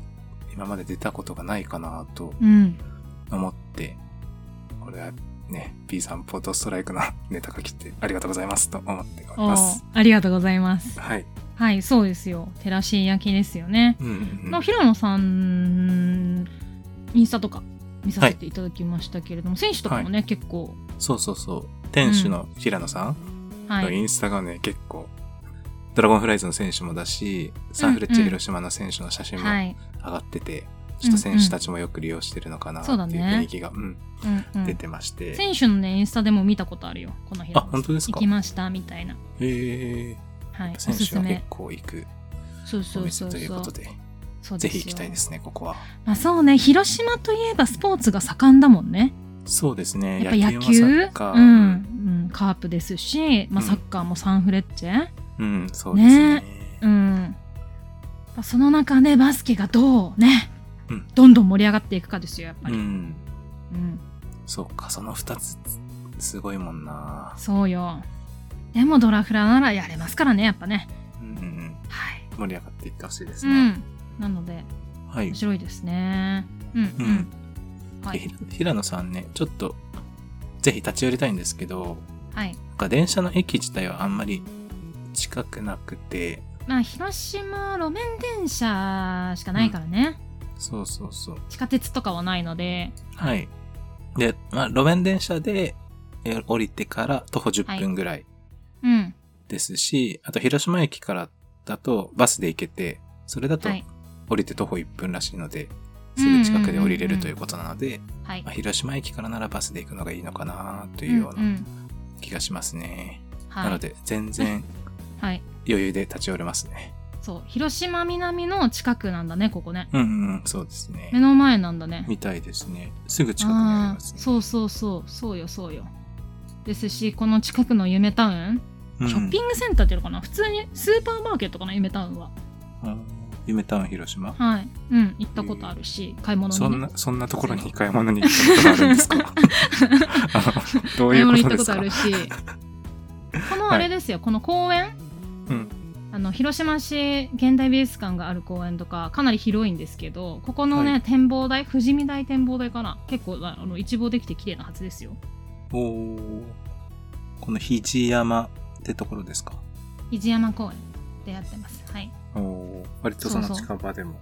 今まで出たことがないかなとうん思って、これはね、B さんポートストライクなネタが来て、ありがとうございますと思っておりおまーす。ありがとうございますはい。はいそうですよ照らし焼きですよね、うんうんうんまあ平野さんインスタとか見させていただきましたけれども、選手とかもね、結構そうそうそう。店主の平野さんはのイいンスタがね、結構、ドラゴンフライズの選手もだし、サンフレッチェ広島の選手の写真もは上い、がってて、ちょっと選手たちもよく利用してるのかなっていそううだね雰囲気が、うんうんうん出てまして。選手のねインスタでも見たことあるよこの日あ、本当です行かきましたみたいなへえはいお選す手すは結め構行くそうおそう店そうというそこうとで、そうぜですひよ行きたいですね、ここは。まあそうね広島といえばスポーツが盛んだもんねそうですね、やっぱ野球はサッカー、うんうん、カープですし、まあ、うんサッカーもサンフレッチェ、うん、そうですね。うんまあその中でバスケがどうね、うんどんどん盛り上がっていくかですよやっぱうん、り、うんそうか、その2つ、すごいもんな。そうよでもドラフラならやれますからねやっぱねうんうんうん、はい、盛り上がっていってほしいですうね。ん、なのではい面。白いですねううんんうん、はでいひ平野さんね、ちょっと、ぜひ立ち寄りたいんですけど、はいなんか電車の駅自体はあんまり近くなくて、まあ広島路面電車しかないからね、そうそうそう。地下鉄とかはないのではい。で、まあ、路面電車でえー降りてから徒歩10分ぐらいうんですし、あと広島駅からだとバスで行けて、それだとはい降りて徒歩1分らしいので、すぐ近くで降りれるということなので、はいまあ、広島駅からならバスで行くのがいいのかなというよううんなん気がしますね。はい、なので、全然はい余裕で立ち寄れます ね。そう広島南の近くなんだねここねうんうん、そうですね目。の前なんだねみたいですね。すぐ近くにありますあーね。そうそうそうそうよそうよですしこの近くの夢タウン、ショッピンングセンターっていうのかな普通にスーパーマーケットかな夢タウンはグ、夢タウン広島はい、うん、行ったことあるし、買い物に、ね、そんな、そんなところに買い物に行ったことがあるんです かあのどう買いいう物こ行とったでこすとかあるし このあれですよ、この公園うん。あの広島市現代美術館がある公園とかかなり広いんですけどここのね、はい展望台富士見台展望台かな結構あの一望できて綺麗なはずですよおーこの肘山ってところですか伊山公園でやってますはいおー割とその近場でも。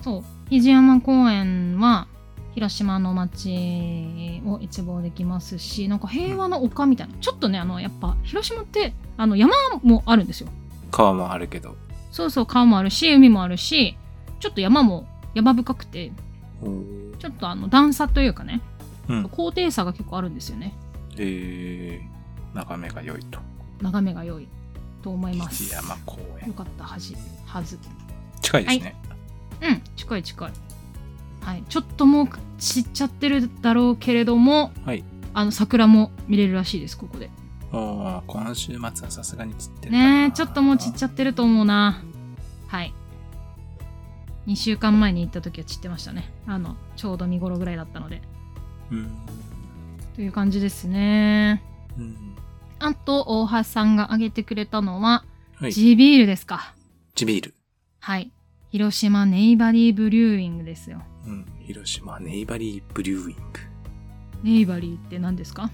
そう肘山公園は広島の街を一望できますしなんか平和の丘みたいなちょっとねあのやっぱ広島ってあの山もあるんですよ川もあるけど。そうそう川もあるし海もあるしちょっと山も山深くておーちょっとあの段差というかねうん。高低差が結構あるんですよねえー、眺めが良いと。眺めが良いと思います肘よ山公園。かったはじはず近いですね。うん近い近いはいちょっともう散っちゃってるだろうけれどもはい。あの桜も見れるらしいですここでああ、今週末はさすがに散ってるかなねえちょっともう散っちゃってると思うなはい2週間前に行った時は散ってましたねあのちょうど見頃ぐらいだったのでうん。という感じですねうん。あと大橋さんが挙げてくれたのははい。地ビールですか地ビール。はい広島ネイバリーブリューイングですようん。広島ネイバリーブリューイング。ネイバリーって何ですか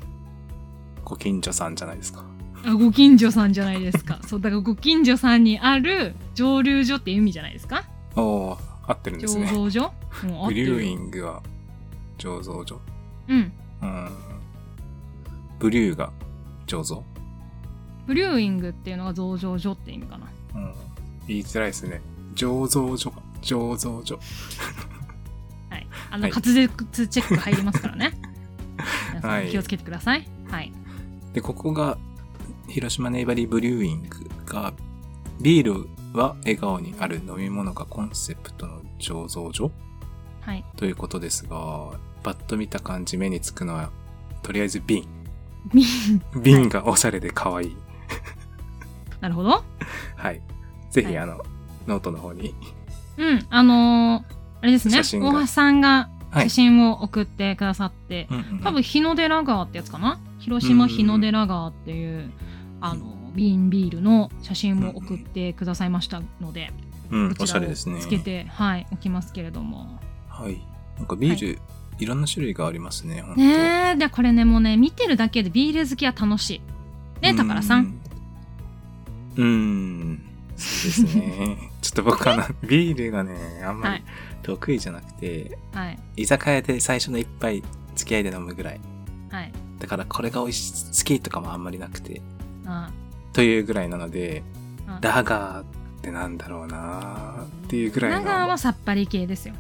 ご近所さんじゃないですか。あご近所さんじゃないです かそうだからご近所さんにある蒸留所って意味じゃないですかおお合ってるんです醸ね。 造所もう合ブってリるューイングは醸造所。うんうん。ブリューが醸造。ブリューイングっていうのが醸造所って意味かなうん。言いづらいですね。醸造所か。醸造所。はいあの、はい滑舌チェック入りますか らね皆さはんい気をつけてくださいはいで、ここが、広島ネイバリーブリューイングが、ビールは笑顔にある飲み物がコンセプトの醸造所はいということですが、パッと見た感じ目につくのは、とりあえず瓶。み 瓶がおしゃれで可愛い。なるほどはい。ぜはいひ、あの、ノートの方に。うんあのーあれですね写真が大橋さんがはい写真を送ってくださって、うんうんうん多分日の出ラガーってやつかな広島日の出ラガーっていう、あの瓶ビールの写真も送ってくださいましたので、うん、こおちしらゃをれですね。つけて、はい、おきますけれどもはい。なんかビール、い、ろんな種類がありますね、本当ねえでこれねもうね見てるだけでビール好きは楽しいね宝さん。うーん。そうですね。 ちょっと僕はなビールがね、あんまはりい得意じゃなくて、はい居酒屋で最初の一杯付き合いで飲むぐらい。はいだからこれが美味しい、好きとかもあんまりなくて、あというぐらいなので、あラガーってなんだろうなーっていうぐらいラの。ガーはさっぱり系ですよ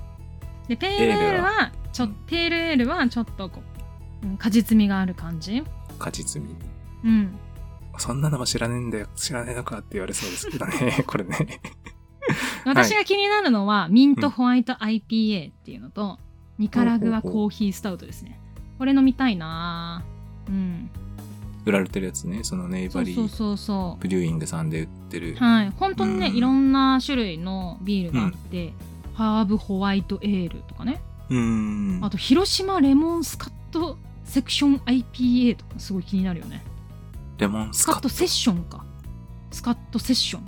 でペールエールはちょペールエールはちょっとこう、うん、果実味がある感じ果実味。うんそんなのも知らねえんだよ、知らねえのかって言われそうですけどね、 これね。私が気になるのは、ミントホワイト IPA っていうのと、ニカラグアコーヒースタウトですね。これ飲みたいなぁうん。売られてるやつね、そのネイそバうリそうーそうそブリューイングさんで売ってるう。。はい。本当にね、うんいろんな種類のビールがあって、ハーブホワイトエールとかね。うーん。あと、広島レモンスカットセクション IPA とかすごい気になるよね。レモンススカカッットトセッションか。スカットセッション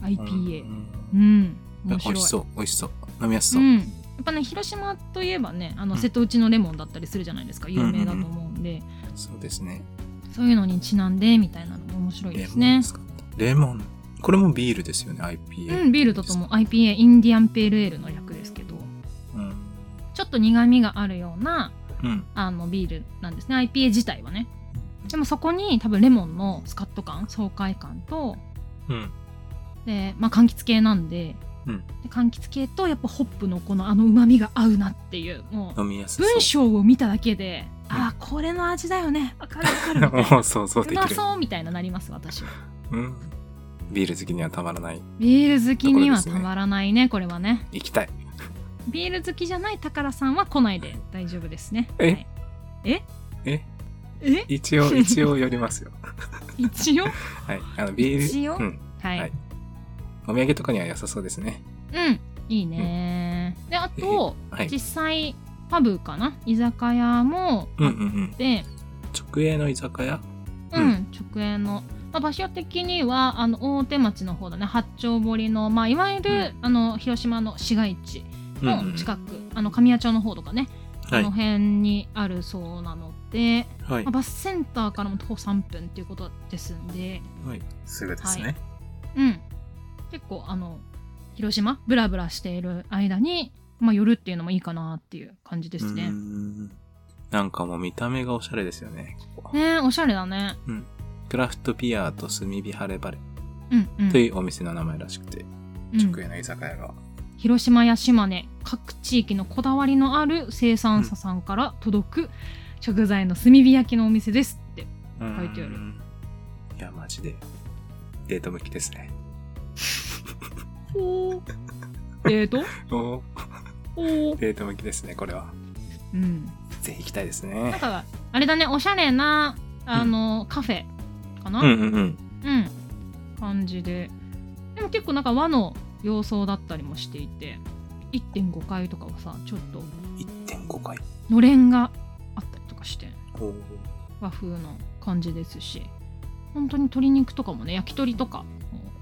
IPA。ううんん。美面白い。味しそう、美味しそう。飲みやすそうう。ん、やっぱね広島といえばねあのうん瀬戸内のレモンだったりするじゃないですか、有名だと思うんで、そうですね。そういうのにちなんでみたいなのも面白いレですモねンスカット。レモン。これもビールですよね、う IPA。んビールだとも IPA インディアンペールエールの略ですけどうん。ちょっと苦みがあるようなうん。あのビールなんですね IPA 自体はねでもそこに多分レモンのスカッと感爽快感とうん。で、まあ、柑橘系なんで,、うんで柑橘系とやっぱホップのこのあのうまみが合うなっていうもう飲みやすそう。文章を見ただけで、ああこれの味だよねわかるわかるみ たいな お想像うでまきる。そうみたいななります私はうん。ビール好きにはたまらない。ビール好きにはところですねたまらないねこれはね行きたい。ビール好きじゃない宝さんは来ないで大丈夫ですねえはいええ一応、一応寄ります よ。一応はい。あの、ビール。一応うん。はい、はいお土産とかには良さそうですね。ううんいいね、であと、はい。実際パブかな居酒屋もうんあうんっうん。て、直営の居酒屋うんうん直営の、まあ、場所的にはあの大手町の方だね八丁堀の、まあ、いわゆる、あの広島の市街地うんうんの近く、あの神谷町の方とかね、はあのい。辺にあるそうなので、はいまあ、。バスセンターからも徒歩3分っていうことですんで、はい。すぐですね。うん、結構あの広島ブラブラしている間に、まあ、寄るっていうのもいいかなっていう感じですうーね。んなんかもう見た目がおしゃれですよね。ここねえおしゃれだね。クラフトビアと炭火ハレバレうんうんというお店の名前らしくて、うん直営の居酒屋が。広島や島根各地域のこだわりのある生産者さんから届く食材の炭火焼きのお店ですって書いてあるいや、マジで。デート向きですね。 おデートおーおーデート向きですね、これは。うんぜひ行きたいですなんね。かあれだねおしゃれなあの、カフェかなうんうんうん。うん感じででも結構なんか和の様相だったりもしていて1.5階とかはさちょっと1.5回。のれんがあったりとかしておー和風の感じですし本当に鶏肉とかもね焼き鳥とかも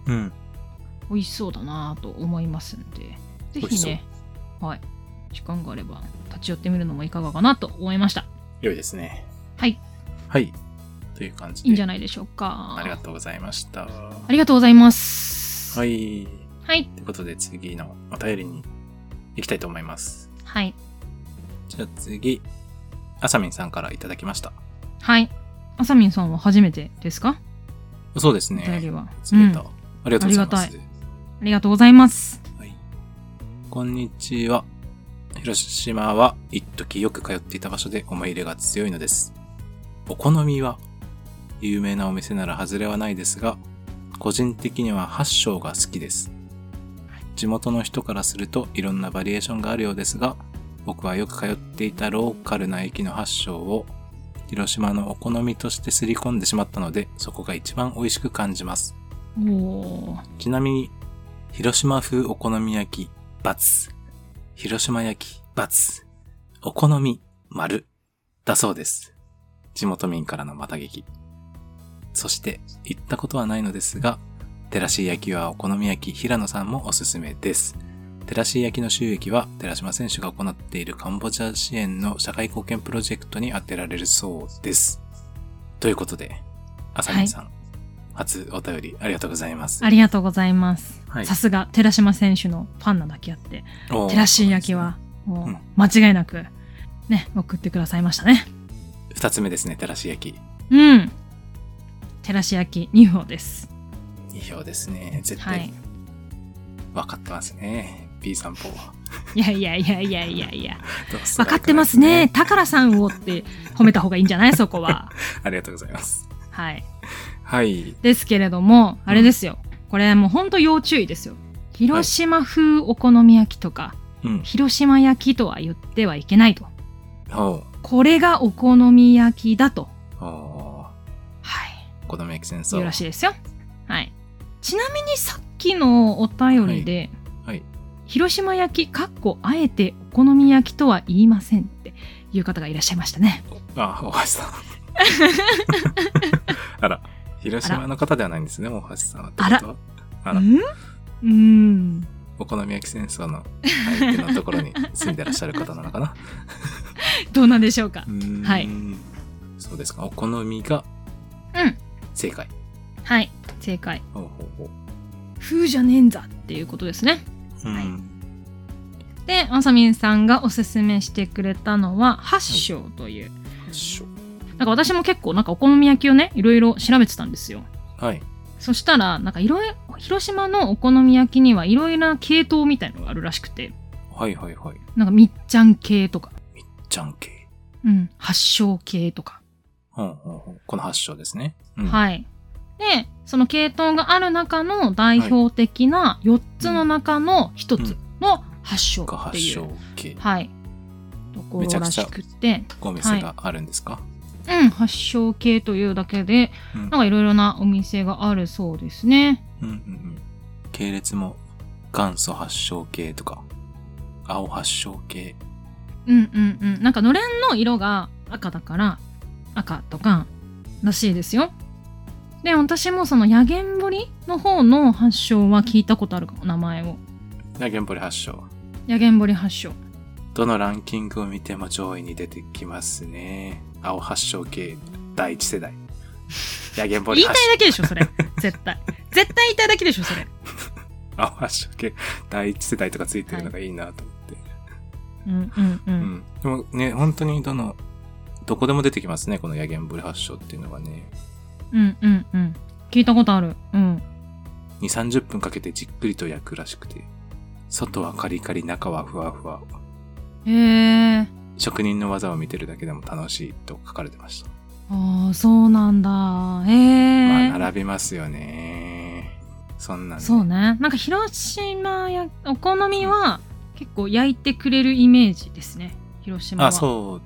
うん。美味しそうだなと思いますんでぜ美味しひそうねはい時間があれば立ち寄ってみるのもいかがかなと思いました良いですね。はいはい。という感じで。いいんじゃないでしょうかありがとうございました。ありがとうございます、はいい。はいということで、次のお便りに行きたいと思います。はいじゃあ次、あさみんさんからいただきました。はいあさみんさんは初めてですか、そうですお便りね。は、釣れた。うんあありがとうございまありす。りがとうございますはい。こんにちは。広島は一時よく通っていた場所で思い入れが強いのです。お好みは有名なお店なら外れはないですが、個人的には八章が好きです。地元の人からするといろんなバリエーションがあるようですが、僕はよく通っていたローカルな駅の八章を広島のお好みとして刷り込んでしまったので、そこが一番美味しく感じます。おおーちなみに、広島風お好み焼き、×。広島焼き、×。お好み、丸。だそうです。地元民からのまた劇。そして、行ったことはないのですが、寺師焼きはお好み焼き、平野さんもおすすめです。寺師焼きの収益は、寺島選手が行っているカンボジア支援の社会貢献プロジェクトに充てられるそうです。ということで、あさみさん、初お便りありがとうございます。ありがとうございます、はいさすが寺島選手のファンなだけあっておー寺師焼きはもうんう間違いなくね送ってくださいましたね二つ目ですね、寺し焼き。うん。照らし焼き2票です。いい票ですね。絶は対い。分かってますね。B 散歩は。いやいやいやいやい やいや。分分かってます ね。。宝さんをって褒めた方がいいんじゃないそこは。ありがとうございます。はい。はい。ですけれども、あれですよ。これもうほんと要注意ですよ。広島風お好み焼きとか、うん。広島焼きとは言ってはいけないと。おこれがお好み焼きだと。うおはう子供焼き戦い。争。よろしいですよ。はい。ちなみにさっきのお便りで、はい。広島焼きかっこあえてお好み焼きとは言いませんっていう方がいらっしゃいましたねあ、大橋 さん。あら。広島の方ではないんですね、大橋さんは。ってことはあらうんうんお好み焼き戦争の相手のところに住んでらっしゃる方なのかな。どうなんでしょうかうーんはい。そうですか。お好みがうん正解。はい正解ほうほうほう。風じゃねえんだっていうことですねうんはいであさみんさんがおすすめしてくれたのは八章という、しょなんか私も結構なんかお好み焼きをねいろいろ調べてたんですよはい。そしたらなんかいろいろ広島のお好み焼きにはいろいろな系統みたいのがあるらしくてはいはいはい。なんかみっちゃん系とか、じゃんけい。うん、八章系とかほんほんほんこの発祥ですね。うんはい。で、その系統がある中の代表的な4つの中の1つの発祥がって発いう、祥系。はい、ところらしくて、お店があるんですか、うん、発祥系というだけで、うんなんかいろいろなお店があるそうですね。うんうんうん。系列も元祖発祥系とか、青発祥系。うんうんうんなんかのれんの色が赤だから赤とからしいですよで私もその薬研堀の方の発祥は聞いたことあるかも名前をが原堀発祥。薬研堀発祥どのランキングを見ても上位に出てきますね。青発祥系第一世代。やげんぼ言りいたい発だけでしょそれ 絶対絶対言いたいだけでしょそれ青発祥系第一世代とかついてるのがいいなと思って。うんうんうう、んん。でもね、本当にどの、どこでも出てきますね、このやげんぼり発祥っていうのがね。うん、うんうん聞いたことあるうん2、30分かけてじっくりと焼くらしくて。外はカリカリ、中はふわふわ。へえ職人の技を見てるだけでも楽しいと書かれてました。ああそうなんだへまえ、あ、並びますよね。そんなんでそうねなんか広島やお好みは結構焼いてくれるイメージですね広島はあ、そ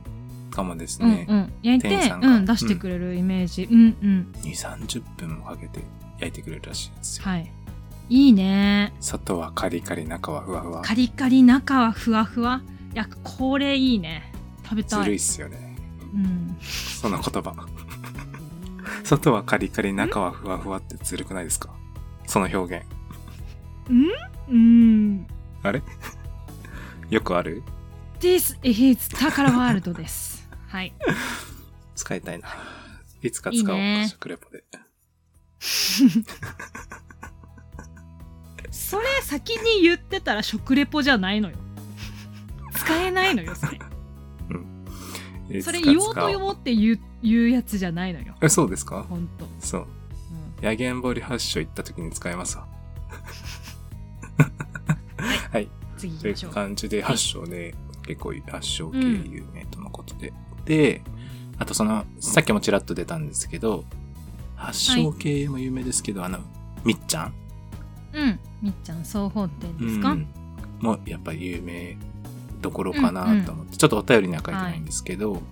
うかもですうんね。うん、焼い店員て、さんがうん、出してくれるイメージ、うん、うん2、30分もかけて焼いてくれるらしいんですよ。はいいいね外はカリカリ、中はふわふわ。カリカリ中はふわふわいやこれいいね食べたずいるいっすよね。うん、その言葉。 外はカリカリ、中はふわふわってずるくないですかその表現。うん、よくある This is 宝ワールドです はい使いたいな。いつか使おう。いいね食レポで。それ先に言ってたら食レポじゃないのよ使えないのよそれいつそかれ使言おうとお言おうって言う言うやつじゃないのよえ、そうですかほんと、うそう。んヤゲンボリ発祥行った時に使いますわ。はい。次行ときいましょうう感じで発祥で、結構発祥系有名とのことで。で、あとその、さっきもちらっと出たんですけど、発祥系も有名ですけど、あの、みっちゃんうんみっちゃん総本店ですか、うん、もうやっぱ有名どころかなと思って、ちょっとお便りには書いてないんですけど、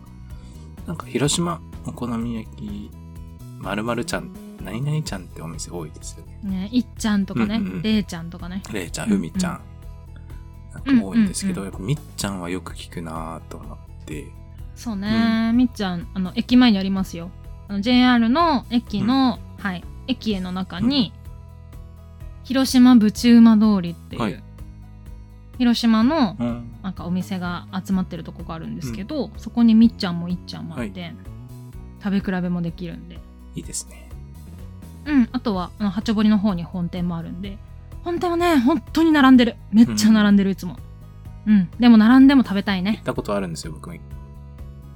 なんか広島お好み焼きまるまるちゃん何々ちゃんってお店多いですよねね、いっちゃんとかね、うんうんうんれいちゃんとかね。れいちゃうんんうみちゃん、なんか多いんですけど、うんやっぱみっちゃんはよく聞くなと思ってそうね、みっちゃん、あの駅前にありますよ。あの JR の駅の、はい、駅への中に、広島ぶち馬通りっていう、はい広島のうんなんかお店が集まってるとこがあるんですけど、そこにみっちゃんもいっちゃんもあって、食べ比べもできるんで。いいですねうん、あとはあの八丁堀の方に本店もあるんで本店はね本当に並んでるめっちゃ並んでる、いつもうんでも並んでも食べたい行ねったことあるんですよ僕も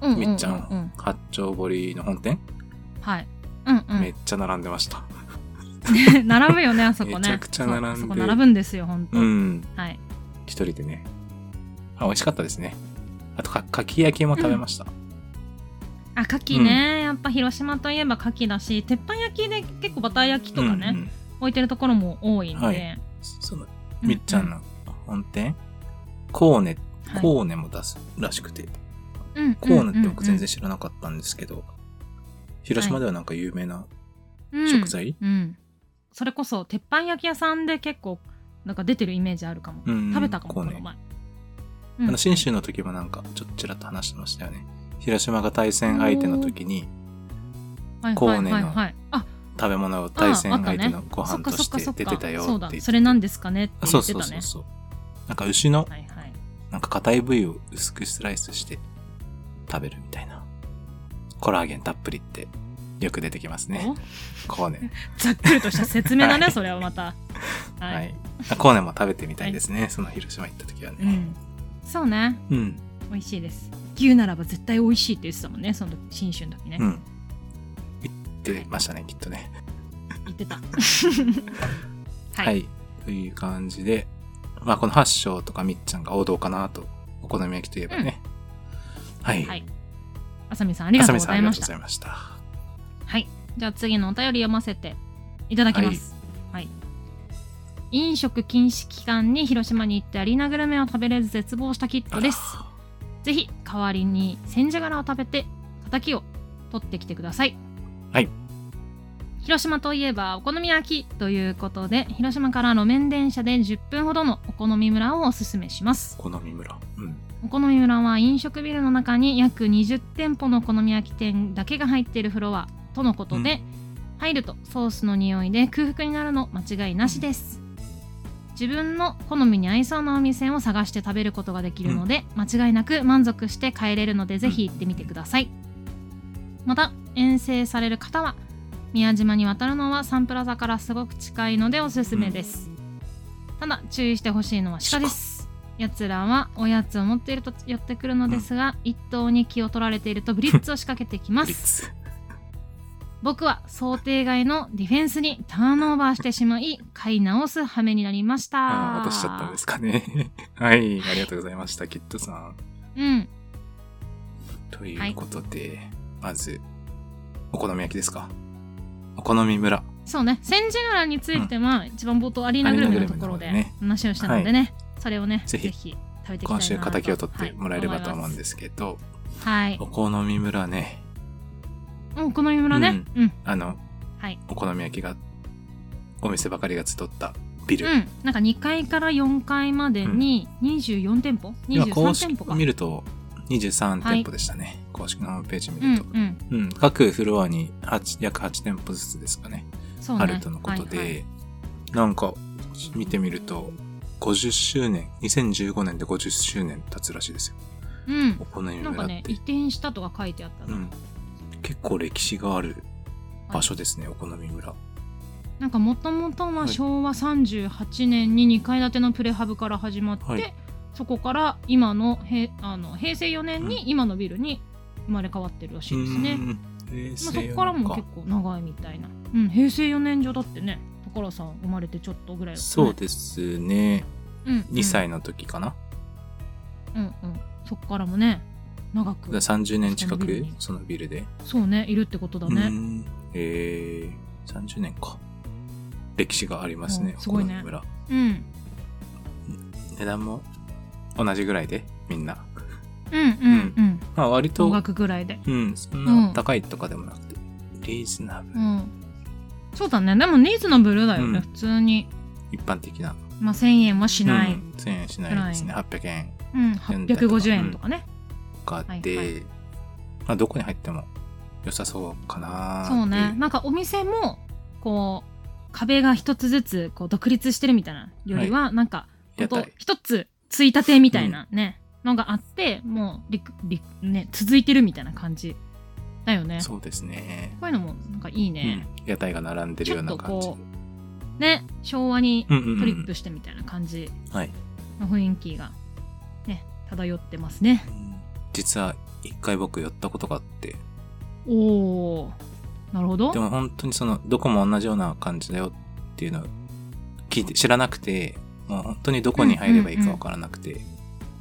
うんうんうん、うん、みっちゃん八丁堀の本店、はい。うんうめっん。ちゃ並んでましたね 並ぶよね、あそこね。めちゃくちゃ並んでそうあそこ並ぶんですよ、本当、うんはい。一人でねあ美味しかったですねあとかかき焼きも食べました、あ、牡蠣ね、やっぱ広島といえば牡蠣だし、鉄板焼きで結構バター焼きとかね、うんうん置いてるところも多いんで。はいそのうみっちゃんの本店、コーネ、はいコーネも出すらしくて、うんうんコーネって僕全然知らなかったんですけど、広島ではなんか有名な食材、うん、うんそれこそ、鉄板焼き屋さんで結構、なんか出てるイメージあるかも。うん食べたかも、コこーネの前。あの、信州の時もなんかちょっとちらっと話してましたよね。広島が対戦相手の時にはいコーはネいのはいはい。あ、食べ物を対戦相手ああのごそっ飯かとそっしかそてっか。出てたよそうっだて言って、それなんですかねってあ言そうってそうたそねう。そう。なんか牛のはいはい。なんか硬い部位を薄くスライスして食べるみたいな。コラーゲンたっぷりってよく出てきますねお。コーネ。ざっくりとした説明だね、はいそれはまた。 はい。はい。コーネも食べてみたいですね。その広島行った時はうね。ん。そうね、うん。美味しいです。牛ならば絶対美味しいって言ってたもんね、その新春の時ね。うん。行ってましたね、きっとね。言ってた。はい、はい。という感じで、まあこの八章とかみっちゃんが王道かなと、お好み焼きといえばね。はい。はいあさみさんありがとうございましあさみさんありがとうごた。ざいました。はい。じゃあ次のお便り読ませていただきます。はい。飲食禁止期間に広島に行ってアリーナグルメを食べれず絶望したキッドです。あぜひ代わりに千じゃがらを食べて敵を取ってきてくださいはい広島といえばお好み焼きということで広島から路面電車で10分ほどのお好み村をおすすめしますお好み村。うん。お好み村は飲食ビルの中に約20店舗のお好み焼き店だけが入っているフロアとのことで、入るとソースの匂いで空腹になるの間違いなしです自分の好みに合いそうなお店を探して食べることができるので、間違いなく満足して帰れるのでぜひ行ってみてくださいまた遠征される方は宮島に渡るのはサンプラザからすごく近いのでおすすめです、ただ注意してほしいのは鹿ですやつらはおやつを持っていると寄ってくるのですが、一頭に気を取られているとブリッツを仕掛けてきまブリッすツ。僕は想定外のディフェンスにターンオーバーしてしまい買い直す羽目になりましたああ、落としちゃったんですかね。 はい。ありがとうございました、キッドさん。うんということで、まず、お好み焼きですか。お好み村。そうね千住柄については、一番冒頭アリーナグルメのところアリーナグルメの方でね話をしたのでね、それをねぜぜひひ食べていきたいなと今週、敵を取ってもらえればと思うんすですけど、はいお好み村ね、お好み村ねうん、うんあの、はいお好み焼きが、お店ばかりが集ったビル。なんか2階から4階までに24店舗、今、公23店舗式か見ると、23は店い舗でしたね。公式のホームページ見うると。んうんうん、各フロアに8約8店舗ずつですかね。そうねあるとのことで、はいはいなんか見てみると50周年2015年で50周年経つらしいですようんお好みなん村かっねて、移転したとか書いてあったうな、ん、結構歴史がある場所ですね、お好み村なんかもともとははい昭和38年に2階建てのプレハブから始まって、はいそこから今のへあの平成4年に今のビルに生まれ変わってるらしいですね、まあ、平そ成こからも四結年構長いみたいな、うん、平成4年上だってね所さん生まれてちょっとぐらいだったねそうですねうんうん2歳の時かな、うんうんそこからもね長くだから30年近そのビルくにそのビルでそうねいるってことだうねんえー、30年か歴史がありますねうんおす好ごいみね村、うん値段も同じぐらいでみんなうんうんうんまあ割と同額ぐらいでうん、そんうなん高いとかでもなくて、リーズナブうル、んそうだねでもニーズナブルだよね、うん普通に一般的な、まあ、1000円はしない、うん1000円しないですね800円うん850円とかね、とかで、はいはいまあ、どこに入っても良さそうかなそうってねいなんかお店もこう壁が一つずつこう独立してるみたいなよりは、なんかほんと屋台一つついたてみたいなね、のがあってもうりくりくね、続いてるみたいな感じだよねこそうですね、ういうのもなんかいいね、うん屋台が並んでるような感じちょっとこね昭和にうんうんうんトリップしてみたいな感じはい、の雰囲気がね漂ってますねうん実は一回僕寄ったことがあっておおなるほどでも本当にそのどこも同じような感じだよっていうのを聞いて知らなくてもう本当にどこに入ればいいか分からなくて、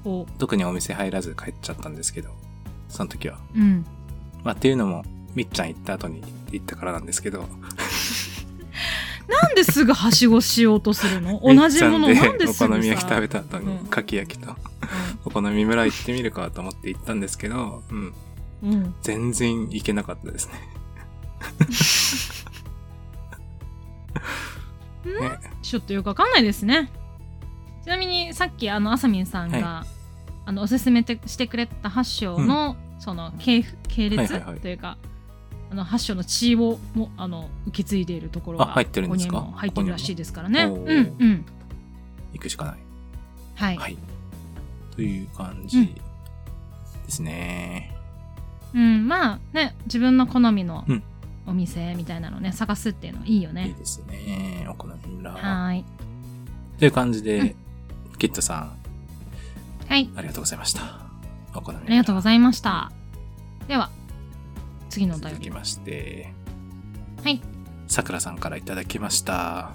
こ特にお店入らず帰っちゃったんですけどその時はううんまあ、っていうのも、みっちゃん行った後に行ったからなんですけど、なんですぐはしごしようとする のみ同っじちゃもんのでなんですお好ぐさみ焼き食べた後うにん、かき焼きと、お好み村行ってみるかと思って行ったんですけど、うん、うんうん全然行けなかったですね。 ね、ちょっとよくわかんないですねちなみにさっきあのあさみんさんが、はあのおすすめてしてくれた8章の、その系譜系列、はいはいはいというかあの8章の血をもあの受け継いでいるところあが入ってるんですかここにも入ってるらしいですからねここにもうんうん行くしかない。はい、はい。という感じですね。うんまあね自分の好みのうんお店みたいなのね探すっていうのいいよいいねですね。お好み村。はーいという感じうで、キットさん、はいありがとうございました。お好み村。ありがとうございました。では、次のお便続きりまして、はい。さくらさんからいただきました。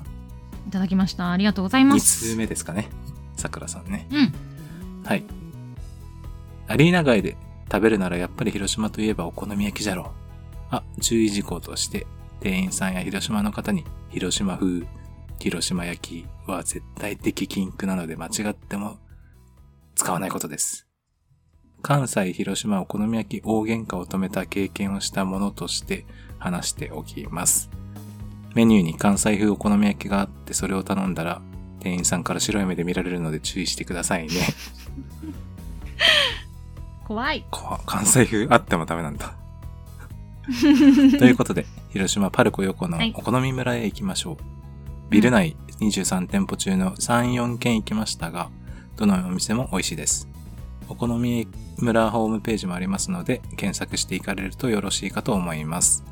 いただきました。ありがとうございま2す。通目ですかね。さくらさんね。うん。はい。アリーナ街で食べるならやっぱり広島といえばお好み焼きじゃろう。あ、注意事項として、店員さんや広島の方に、広島風、広島焼きは絶対的禁句なので間違っても使わないことです。関西、広島、お好み焼き、大喧嘩を止めた経験をしたものとして話しておきます。メニューに関西風お好み焼きがあってそれを頼んだら店員さんから白い目で見られるので注意してくださいね怖い。こ関西風あってもダメなんだ ということで広島パルコ横のはいお好み村へ行きましょう、ビル内23店舗中の34軒行きましたがどのお店も美味しいですお好み村ホームページもありますので検索していかれるとよろしいかと思います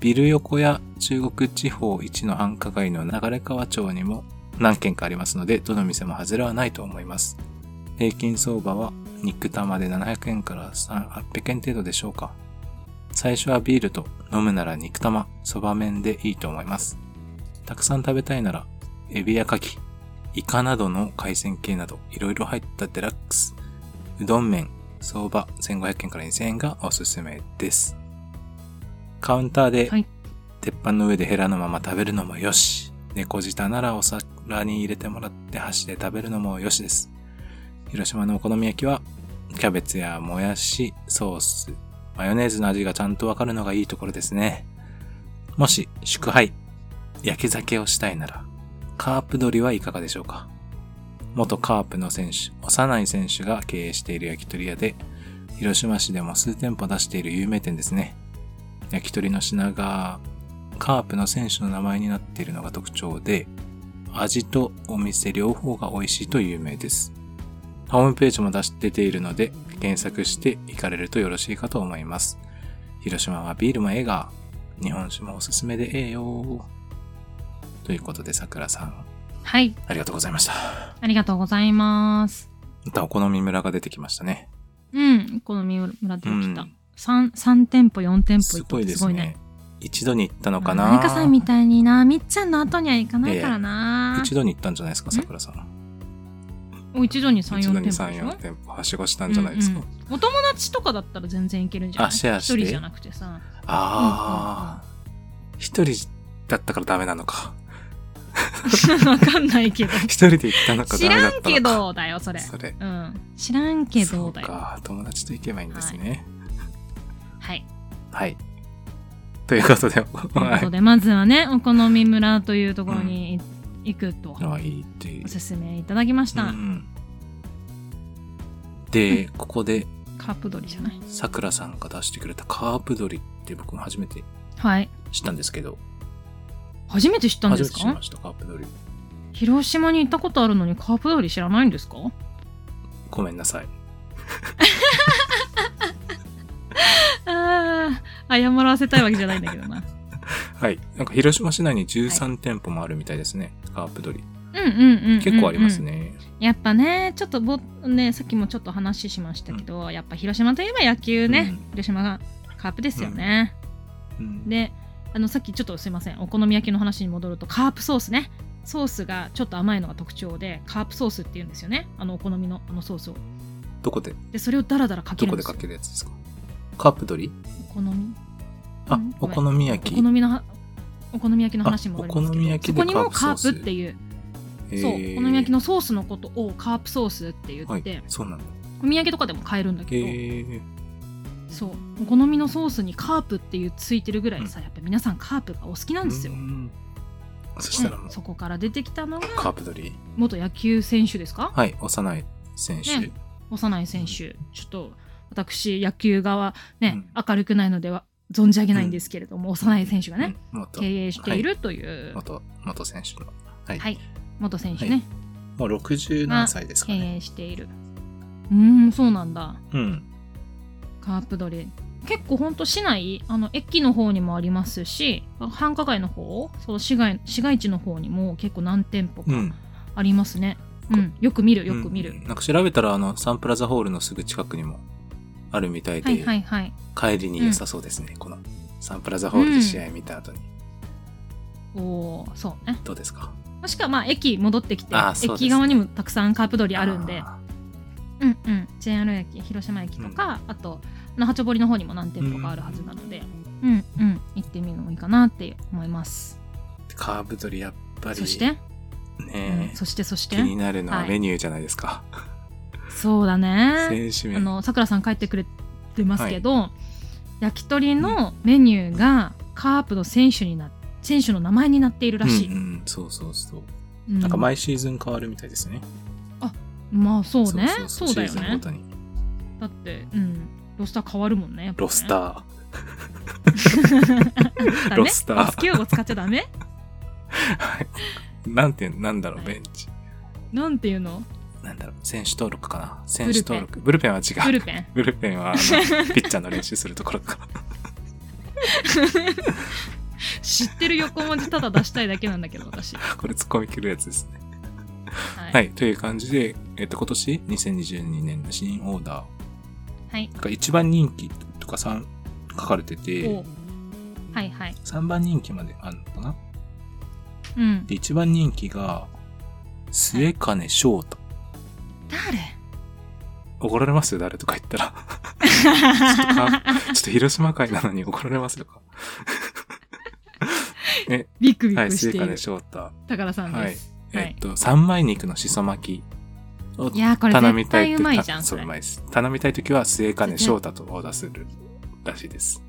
ビル横や中国地方一の繁華街の流川町にも何軒かありますのでどの店も外れはないと思います平均相場は肉玉で700円から800円程度でしょうか最初はビールと飲むなら肉玉、そば麺でいいと思います。たくさん食べたいなら、エビやカキ、イカなどの海鮮系など、いろいろ入ったデラックス、うどん麺、相場1500円から2000円がおすすめです。カウンターではい、鉄板の上でヘラのまま食べるのもよし、猫舌ならお皿に入れてもらって箸で食べるのもよしです。広島のお好み焼きは、キャベツやもやし、ソース、マヨネーズの味がちゃんとわかるのがいいところですね。もし、祝杯、焼き酒をしたいなら、カープ鳥はいかがでしょうか元カープの選手、幼い選手が経営している焼き鳥屋で、広島市でも数店舗出している有名店ですね。焼き鳥の品が、カープの選手の名前になっているのが特徴で、味とお店両方が美味しいと有名です。ホームページも出して出ているので、検索して行かれるとよろしいかと思います。広島はビールも映画、日本酒もおすすめでええよ。ということで、桜さん、はい。ありがとうございました。ありがとうございます。またお好み村が出てきましたね。うん。この三浦村で来たうん。三、三店舗、四店舗す行ったっごいてですすごいね。ね。一度に行ったのかかなな。さんみたいにな、みっちゃんの後には行かないからな。一度に行ったんじゃないですか、桜さん。お一度に三一四度に店舗でし3、ょ4。店舗はしごしたんじゃないですか。うんうんお友達とかだったら全然いけるんじゃないあシェアして一人じゃなく てさああ、一人だったからダメなのか。わかんないけど一人で行ったのか知ダメだらっんたのけか。どだよそれそれ。うん知らんけそどうだよか友達と行けばいいんですねはいはい、ということでということでまずはねお好み村というところに行くとはいいいっていうおすすめいただきましうたんで、ここでカープ鳥じゃないさくらさんが出してくれたカープ鳥って僕も初めてはい知ったんですけど初めて知ったんで初めすて知りかましたカープ鳥広島に行ったことあるのにカープ鳥知らないんで すかごめんなさいああ謝らせたいわけじゃないんだけどなはいなんか広島市内に13店舗もあるみたいですね、カープ鳥 うんうんうんうんうん結構ありますね、やっぱねちょっとぼねさっきもちょっと話しましたけど、やっぱ広島といえば野球ね、うん広島がカープですよね、うんであのさっきちょっとすいませんお好み焼きの話に戻るとカープソースねソースがちょっと甘いのが特徴でカープソースっていうんですよねあのお好みのあのソースをどこででそれをダラダラかけどるこんですかけでよるやつですかカープ鳥お好みあ、うんおごめん好み焼きお好みのはお好み焼きの話に戻りますあお好み焼けきどでそこにもカカープソースープっていう、へーそうお好み焼きのソースのことをカープソースって言って、はいおそうなんだ土産とかでも買えるんだへけど、えそうお好みのソースにカープっていうついてるぐらいさ、やっぱ皆さんカープがお好きなんですよ、ううんんそしたらもう、そこから出てきたのがカープ鳥元野球選手ですか、はい幼い選手、ね幼い選手ちょっと私野球側ね、明るくないのでは存じ上げないんですけれども、幼い選手がね、うん、元経営しているという、元元選手のはい、はい元選手ね、もう60何歳ですかね、経営しているうーんそうなんだうんカープ鳥結構ほんと市内あの駅の方にもありますし繁華街の方その市街市街地の方にも結構何店舗かうんありますね、うこんよく見るよく見る、うんなんか調べたらあのサンプラザホールのすぐ近くにもあるみたいで、はいはいはい帰りに良さそうですね、このサンプラザホールで試合見た後に、おおーそうねどうですかもしくはまあ駅戻ってきて、あーそうですね駅側にもたくさんカープ鳥あるんであうんうん JR 駅広島駅とか、あとあの八丁堀の方にも何店舗かあるはずなので、うん、うん行ってみるのもいいかなって思いますーカープ鳥やっぱりそして、ねうんそしてそして気になるのははいメニューじゃないですか、そうだね 選手あ名のさくらさん帰ってくれてますけど、焼き鳥のメニューがカープの選手になっ選手の名前になっているらしい。うんうん、そうそうそう。うなんか毎シーズン変わるみたいですね。まあそうねそうだよシーズンねごとに。だって、うん、ロスター変わるもんねやっぱねロスタ ダメロスターバスケ用語使っちゃダメー。はい。なんて、なんだろう、ベンチ。なんていうのなんだろう、選手登録かな。選手登録。ブルペンは違ブう。ルペンブルペンは、 あの、ピッチャーの練習するところか。知ってる横文字ただ出したいだけなんだけど私はこれ突っ込み切るやつですね。いはい。という感じで、えっと、今年、2022年の新オーダはいーが一番人気とか3書かれててお、はいはい3番人気まであるのかなうんで、一番人気が、末金翔太。誰怒られますよ、誰とか言ったら。ちょっとかちょっと広島会なのに怒られますよか。ビクビはい、クし末てい金る翔太。高田さんですはいえっと、三枚肉のしそ巻きをいやーこれ頼み絶たい対とうまいじゃたんそ、そううれまいです。頼みたいときは末金翔太とオーダーするらしいです。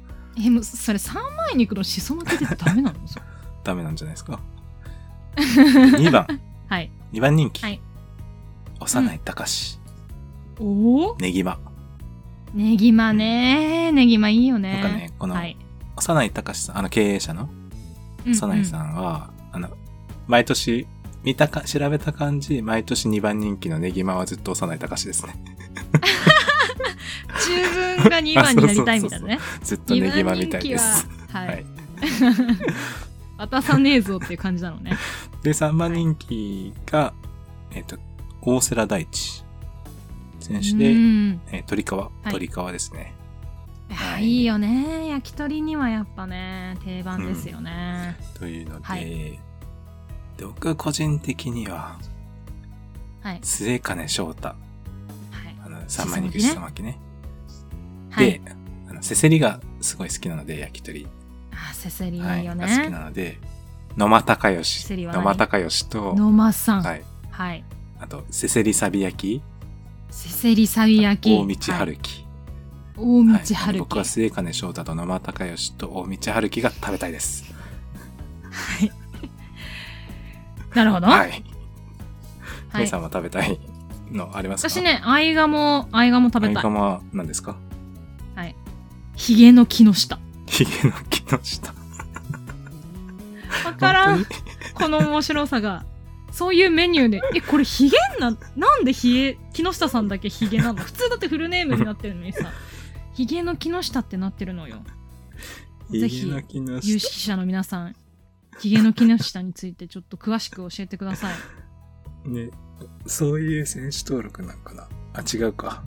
えもうそれ三枚肉のしそ巻きってダメなのそれダメなんじゃないです か。2番、はい2番人気。はい幼い隆史、おおねぎま。ねぎまねねぎまいいよなねんかねこのはい幼い隆史さん、あの経営者の幼いさんは、あの、毎年、見たか、調べた感じ、毎年2番人気のねぎまはずっと幼い隆史ですね。十分が2番になりたいみたい なね。ずっとね2ぎま番み人たい気ではす。、ははいい。 渡さねえぞっていう感じなのね。で、3番人気が、えっ、と、大瀬良大地選手うで、んえー鳥川、い鳥川ですね。いやいいよね。焼き鳥にはやっぱね、定番ですよね。というので、はいで僕個人的には、はい。末金翔太、はい。あの、三枚肉ししそそ巻きね。はい。で、あの、せせりがすごい好きなので、焼き鳥。あ、せせりいはいいよが好きね。なので、野間高せせ義、りは野何間高義と、野間さん。はい。はい。あと、せせりさび焼き、せせりさび焼き。大道はい春樹。大はい道春僕樹は。末金翔太と野間高義と大道春樹が食べたいです。なるほど。は。はいい。皆さんも食べたいのありますか私ね、合鴨、合鴨食べアたイカい。マは何ですかはい。ヒゲの木の 下。ヒゲの木の下。わからん本。この面白さが。そういうメニューで、え、これヒゲな、なんでヒゲ、木下さんだけヒゲなの普通だってフルネームになってるの にさ、ヒゲの木下ってなってるのよ。当にぜヒひゲの木 の有下。識者の皆さん、ヒゲの木下についてちょっと詳しく教えてく ださい。ね、そういう選手登録なんかなあ、違うか。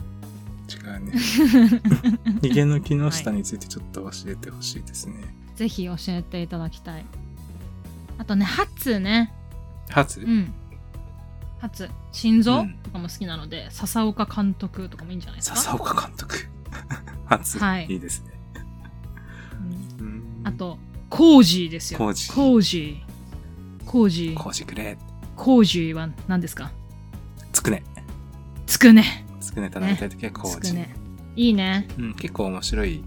違うね。ヒゲの木の下についてちょっと教えてほしいですね。ぜひ教えていただきたい。あとね、ハツね。初、うん。ハツ。心臓、うんとかも好きなので、笹岡監督とかもいいんじゃないですか。笹岡監督。 初、はいいですね。うんうんあ、と、コージーですよ。コージコージー。コージー。コージくれ。コージーは何ですかつくね。つくね。つくね頼みたいときはコつーくジ、ね。いいね。うん、結構面白い。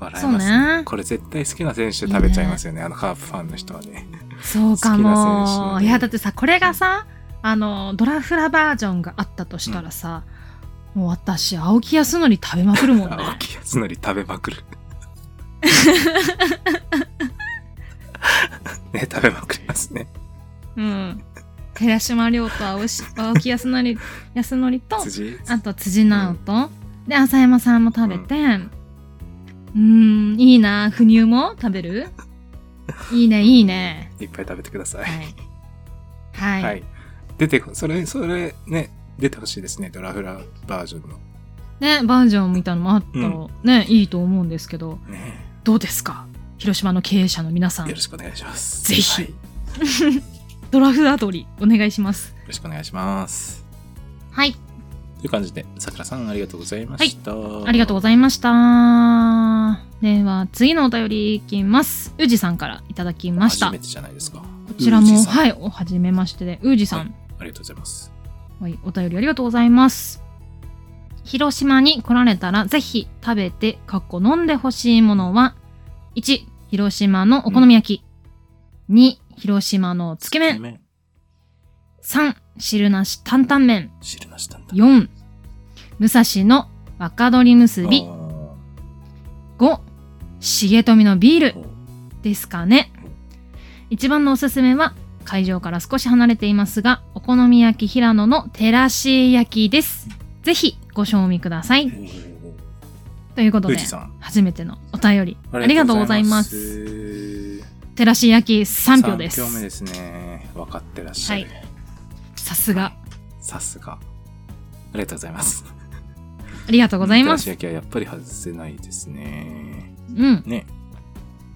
笑えますねそうねこれ絶対好きな選手食べちゃいますよね。あのカープファンの人はね。そうか好きな選手も。ねいや、だってさ、これがさ、あの、ドラフラバージョンがあったとしたらさ、もう私、青木康則食べまくるもんね。 青木康則食べま くる。ね、食べまくりますね。うん。寺島亮と青し青木康則、康則と、辻。あと辻直人、で、浅山さんも食べて、うん、ん、いいな。腐乳も食べるいいね、いいね。いっぱい食べてください。はい。はい。はい。出てこ、それ、それね、出てほしいですね。ドラフラバージョンの。ね、バージョンみたいなのもあったら、ね、いいと思うんですけど、ね。どうですか広島の経営者の皆さんよろ、しくお願いします。ぜひはいよドラフアドリお願いします。ろしくお願いします。はい、という感じで、さくらさんありがとうございました。ありがとうございざいました。では、次のお便りいきます。うじさんからいただきました。初こめてじゃないですか。こちらも、い。はい、おはじめましてで、うじさん、ありがとうございます。はい、お便りありがとうございます。広島に来られたらぜひ食べて、かっこ飲んでほしいものは、1、広島のお好み焼き、2広島のつけ麺麺。 3汁なし担々麺汁なし担々。 4武蔵の若鶏結あびー5重富のビールほうですかね一番のおすすめは会場から少し離れていますがお好み焼き平野の照らし焼きですぜひご賞味くださへいーということで富士山。初めてのお便りありがとうございます。照らし焼き3票です3票目ですね。分かってらっしゃる。さすがさすが。ありがとうございます。ありがとうございま照すらし焼きはやっぱり外せないですね。うんね。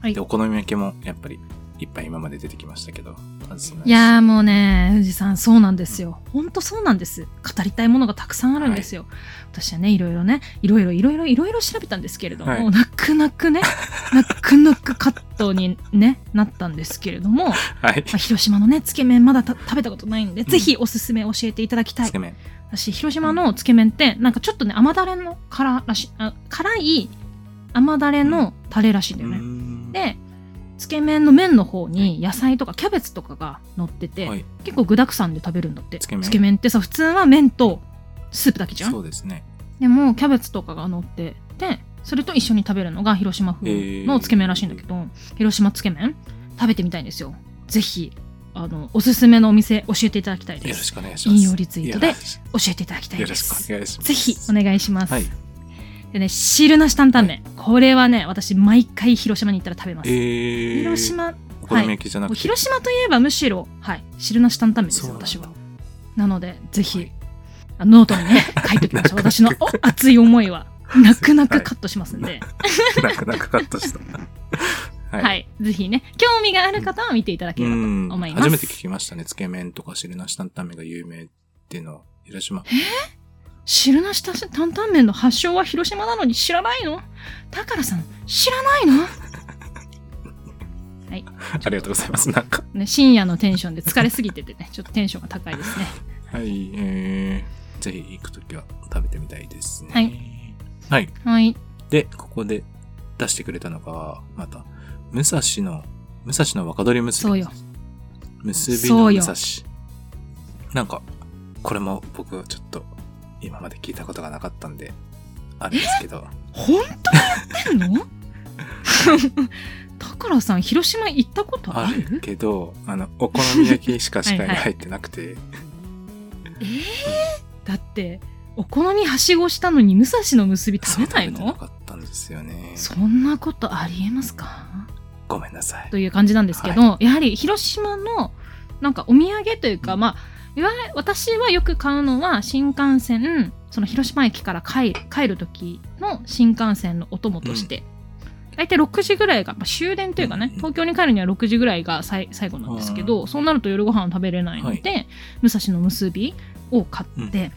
はいで、お好み焼きもやっぱりいっぱい今まで出てきましたけど、外せないいやーもうね富士山そうなんですよほんとそうなんです語りたいものがたくさんあるんですよ、私はねいろいろねいろいろいろいろいろいろ調べたんですけれども、はい泣く泣くね 泣く泣くカットに、ね、なったんですけれども、まはい。あ、広島のねつけ麺まだた食べたことないんで、ぜひおすすめ教えていただきたいつけ麺。私広島のつけ麺ってなんかちょっとね甘だれの辛らしあ辛い甘だれのタレらしいんだよね、うーん、でつけ麺の麺の方に野菜とかキャベツとかが乗ってて、はい結構具沢山で食べるんだってつけ麺ってさ普通は麺とスープだけじゃそんうですね。でもキャベツとかが乗っててそれと一緒に食べるのが広島風のつけ麺らしいんだけど、広島つけ麺食べてみたいんですよぜひあのおすすめのお店教えていただきたいよでろすしくお願いします。引用リツイートでよ教えていただきたいですろしくお願いします。ぜひお願いします、はい。でね汁なし担々麺、これはね私毎回広島に行ったら食べます、えー、広島お好み焼きじゃなもくうて、広島といえばむしろ、はい、汁なし担々麺ですそうよなんだ私はなのでぜひ、はいあノートに ね書いておきましょう私のお熱い思いは泣く泣はくいカットしますんで、なかなかカット した。ははいぜひね興味がある方は見ていただけうればとん思います初めて聞きましたね。つけ麺とか汁なし担々麺が有名っていうのは、広島。汁なし担々麺の発祥は広島なのに知らないのだからさん知らないの ありがとうございます。なんか。ね、深夜のテンションで疲れすぎててね、ちょっとテンションが高いですね。はい、えー、ぜひ行くときは食べてみたいですね。はい。はい。はい。で、ここで出してくれたのが、また、武蔵の、武蔵の若鳥結び。そうよ。結びそのう武よ蔵。なんか、これも僕ちょっと今まで聞いたことがなかったんで、あれですけど、本当にやってんの だからさん、広島行ったことああるるけど、あの、お好み焼きしか視界にはいはい入ってなくて、えー、だって、お好みはしごしたのに武蔵の結び食べないそう食べてなのかったんですよね。そんなことありえますかごめんなさいと。いう感じなんですけど、やはり広島のなんかお土産というか、まあいわゆる私はよく買うのは新幹線その広島駅から帰帰る時の新幹線のお供として、大体6時ぐらいが、まあ、終電というかね、うん東京に帰るには6時ぐらいがさい最後なんですけど、そうなると夜ご飯は食べれないので、武蔵の結びを買って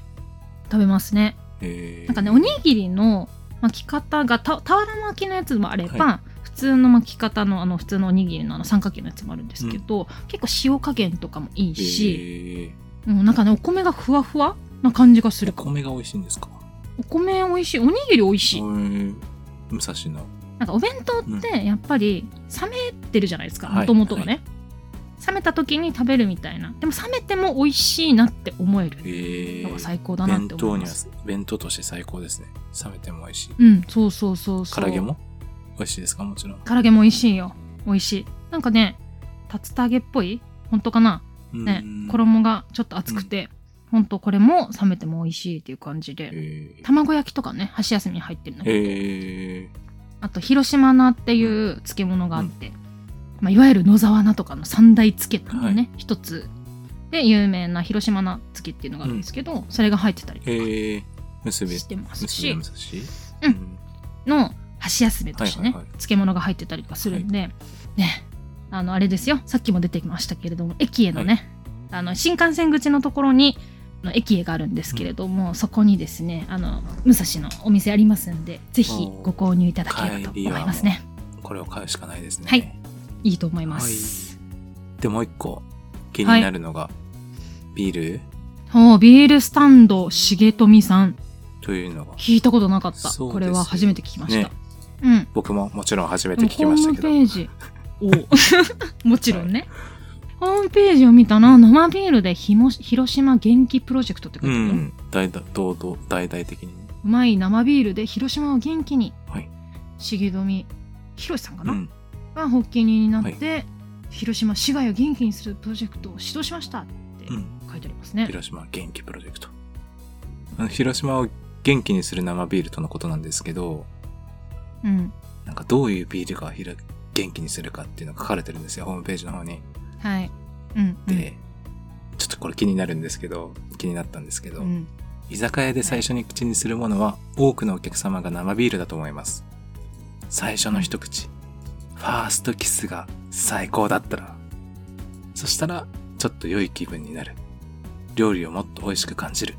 食べますね。えー、なんかね、おにぎりの巻き方がた俵巻きのやつもあれば、は普通の巻き方のあの普通のおにぎりのあの三角形のやつもあるんですけど、結構塩加減とかもいいし、し、うん、なんかねお米がふわふわな感じがするかおも米が美味しいんですかお米美味しいおにぎり美味しい、うん武蔵の。なんかお弁当ってやっぱり冷めてるじゃないですかはもいともとがね、冷めた時に食べるみたいなでも冷めても美味しいなって思えるえーのが最高だなっ弁て思当いにまはす、、弁当として最高ですね。冷めても美味しい。うんそうそうそうそ唐う揚げも美味しいですかもちろん。唐揚げも美味しいよ美味しいなんかね竜田揚げっぽい本当かなねうん衣がちょっと厚くて、本当これも冷めても美味しいっていう感じで、えー卵焼きとかね箸休みに入ってるんだけど、えあと広島菜っていう漬物があって、まあ、いわゆる野沢菜とかの三大漬けのね一、つで有名な広島菜漬けっていうのがあるんですけど、それが入ってたりー、えー、結とかび、してま結すびし、の武蔵うんん。の箸休めとしてね、はいはいはい漬物が入ってたりとかするんで、ねあのあれですよさっきも出てきましたけれども駅へのね、あの新幹線口のところにあの駅へがあるんですけれども、そこにですねあの武蔵のお店ありますんでぜひご購入いただければと思いますねこれを買うしかないですね。はい。いいと思います、で、もう一個気になるのが、ビールおビールスタンド重富さんというのが。聞いたことなかった、そうこですよれは初めて聞きました、ねうん僕ももちろん初めでても聞きましたけどホームページ おもちろんね、ホームページを見たな生ビールでひも広島元気プロジェクトって書ういてあるよ、うん大々堂々大々的にねまい生ビールで広島を元気に、はい重富博さんかうな、んが発起人になって、広島市街を元気にするプロジェクトを指導しましたってうん書いてありますね、広島元気プロジェクトあの広島を元気にする生ビールとのことなんですけどうん、なんかどういうビールがひら元気にするかっていうのが書かれてるんですよホームページの方にはいうんうんで、ちょっとこれ気になるんですけど気になったんですけど、うん居酒屋で最初に口にするものは多くのお客様が生ビールだと思います最初の一口ファーストキスが最高だったらそしたらちょっと良い気分になる料理をもっと美味しく感じる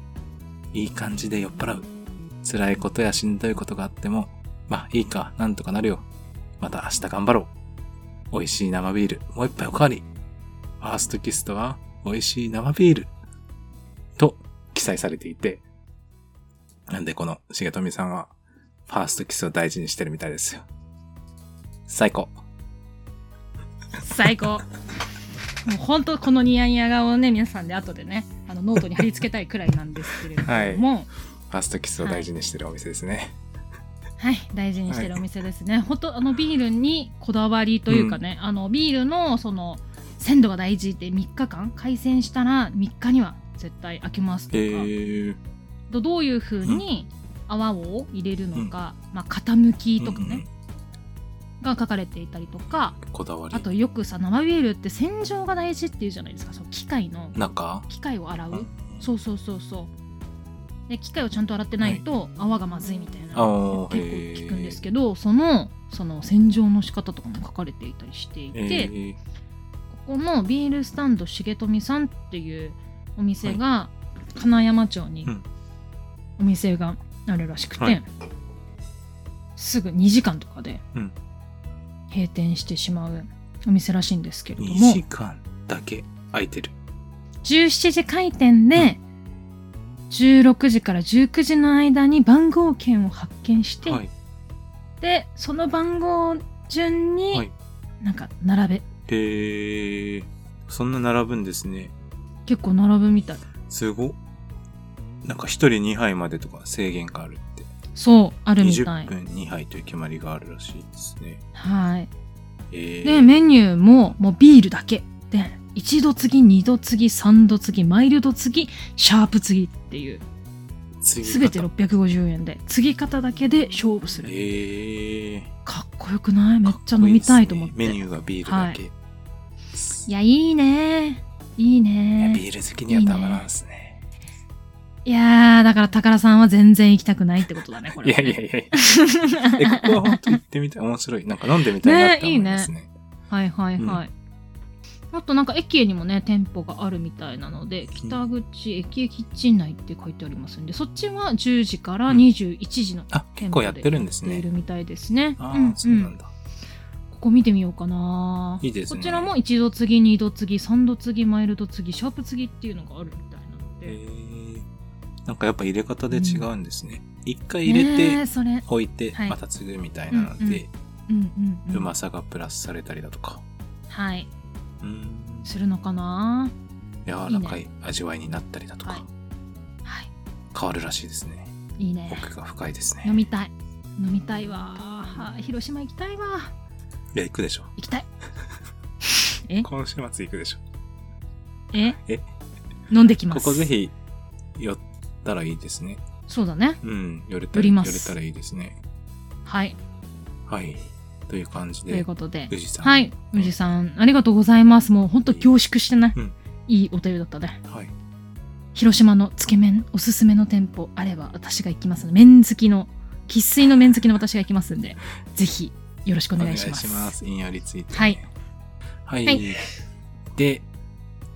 いい感じで酔っ払う辛いことやしんどいことがあってもまあいいかなんとかなるよまた明日頑張ろう美味しい生ビールもう一杯おかわりファーストキスとは美味しい生ビールと記載されていて、なんでこの重富さんは、ファーストキスを大事にしてるみたいですよ。最高。 最高もう本当このニヤニヤ顔をね皆さんで後でねあのノートに貼り付けたいくらいなんですけれども、ファーストキスを大事にしてるお店ですね。はい、大事にしてるお店ですね。本当あのビールにこだわりというかね、あのビールのその鮮度が大事で3日間海鮮したら3日には絶対開けますとか、えー、どどういう風に泡を入れるのか、まあ傾きとかうんうね、んが書かれていたりとか、こだわり。あとよくさ生ビールって洗浄が大事っていうじゃないですか。その機械の中機械を洗う。うんそうそうそうそう。で機械をちゃんと洗ってないと泡がまずいみたいな。あー結構聞くんですけど、そのその洗浄の仕方とかも書かれていたりしていて、えーえここのビールスタンド重富さんっていうお店が、金山町にうんお店があるらしくて、はいすぐ2時間とかでうん閉店してしまうお店らしいんですけれー、ど2も時間だけ空いてる。 17時開店で、16時から19時の間に番号券を発見して、はい。でその番号順に、はいなんか並べえー、そんな並ぶんですね。結構並ぶみたいすごっ。なんか一人2杯までとか制限があるって。そうあるみた20い分2杯という決まりがあるらしいですね。はいえー、でメニューももうビールだけで一度次二度次三度次マイルド次シャープ次っていうす全て650円で継ぎ方だけで勝負するええかっこよくないめっちゃ飲みたいと思ってメニューがビールだけ、い、いやいいねいいやねビール好きにはたまらんですねいやーだから宝さんは全然行きたくないってことだねこれはねいやいやいやいやえここは本当行ってみたい面白いなんか飲んでみたいなって思いますね はいはいはい、あとなんか駅にもね店舗があるみたいなので北口駅駅キッチン内って書いてありますんでそっちは10時から21時のあ結店構舗やでってるんです出ねるみたいですね、ああ、うんそうなうんんだここ見てみようかないいですねこちらも一度次二度次三度次マイルド次シャープ次っていうのがあるみたいなのえでー、なんかやっぱ入れ方で違うんですね一、回入れて、ねえそれ置いてはいまた継ぐみたいなので、ううんうんうん、うん、まさがプラスされたりだとかはいうんするのかな柔らかい味わいになったりだとかはいはい変わるらしいですねいいね奥が深いですね飲みたい飲みたいわはい広島行きたいわいや行くでしょ行きたい 今週末行くでしょええ飲んできまこすこぜひ寄ったらいいですねそうだねうん寄れた寄らり寄ますれたらいいですねはいはいという感じといでうことで宇治さんはい宇治さんありがとうございますもうほんと凝縮してね、うんいいお便りだったねはい広島のつけ麺おすすめの店舗あれば私が行きますので麺好きの生粋の麺好きの私が行きますんでぜひよろしくお願いします引用リツイートねはいはい、はいで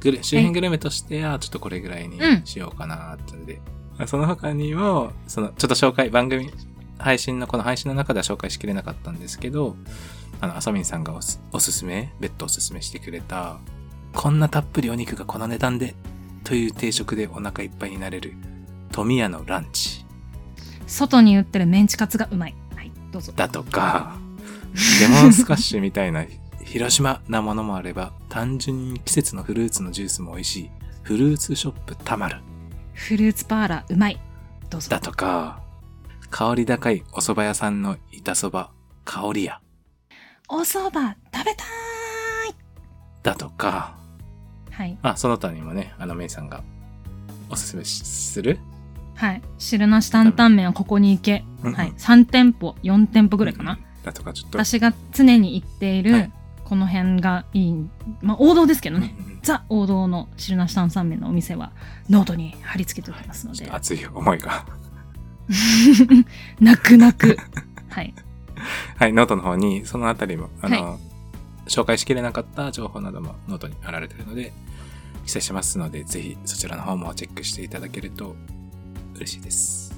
グル周辺グルメとしてはちょっとこれぐらいにうんしようかなってので、まあその他にもそのちょっと紹介番組配信のこの配信の中では紹介しきれなかったんですけどあのあさみんさんがおすおすすめ別途おすすめしてくれたこんなたっぷりお肉がこの値段でという定食でお腹いっぱいになれる富屋のランチ外に売ってるメンチカツがうまい、はい、どうぞだと か、レモンスカッシュみたいな広島なものもあれば、単純に季節のフルーツのジュースも美味しい、フルーツショップたまるフルーツパーラーうまいどうぞだとか、香り高いお蕎麦屋さんの板蕎麦、香り屋お蕎麦食べただとか、ーいはいまあ、その他にもね、あの、メイさんがおすすめしするはい汁なし担々麺はここに行け、うんうんはい、3店舗4店舗ぐらいかな、だとか、ちょっと。私が常に行っている、はいこの辺がいいまあ王道ですけどね、うんうんザ王道の汁なし担々麺のお店はノートに貼り付けておはきいますのちょで、っと熱い思いが。 泣く泣くはいはい、ノートの方に、そのあたりも、あの、紹介しきれなかった情報などもノートに貼られてるので、記載しますので、ぜひそちらの方もチェックしていただけると嬉しいです。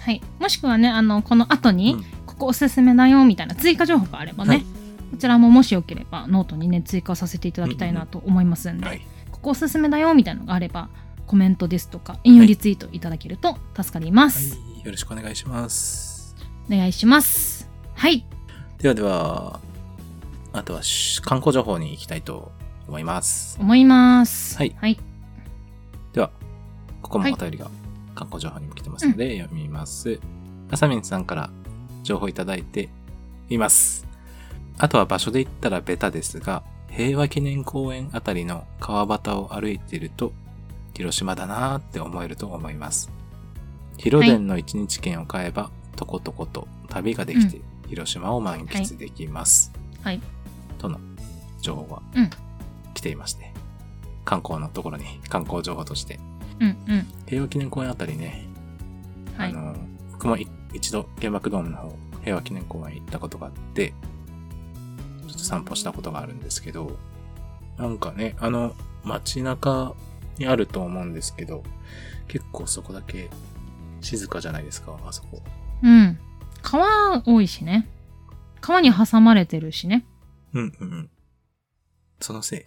はい、もしくはねあのこの後に、うんここおすすめだよみたいな追加情報があればね、はいこちらももしよければノートにね追加させていただきたいなと思いますんで、はい。ここおすすめだよみたいなのがあればコメントですとか引用リツイートいただけると助かります、はい、よろしくお願いします。お願いしますはいではでは、あとはし観光情報に行きたいと思います。思いますはいはい、では、ここはもいお便りが観光情報にも来てますので、読みます。あさみんさんから情報いただいています。あとは場所で言ったらベタですが、平和記念公園あたりの川端を歩いていると、広島だなーって思えると思います。広電の一日券を買えば、とことこと旅ができて、広島を満喫できます。はいとの情報がうん来ていまして、観光のところに観光情報としてうんうん平和記念公園あたりね、はあいの、僕もい一度原爆ドームの方、平和記念公園行ったことがあって、ちょっと散歩したことがあるんですけど、なんかね、あの、街中にあると思うんですけど、結構そこだけ静かじゃないですか、あそこ。うん川多いしね川に挟まれてるしね うんうんうん。そのせ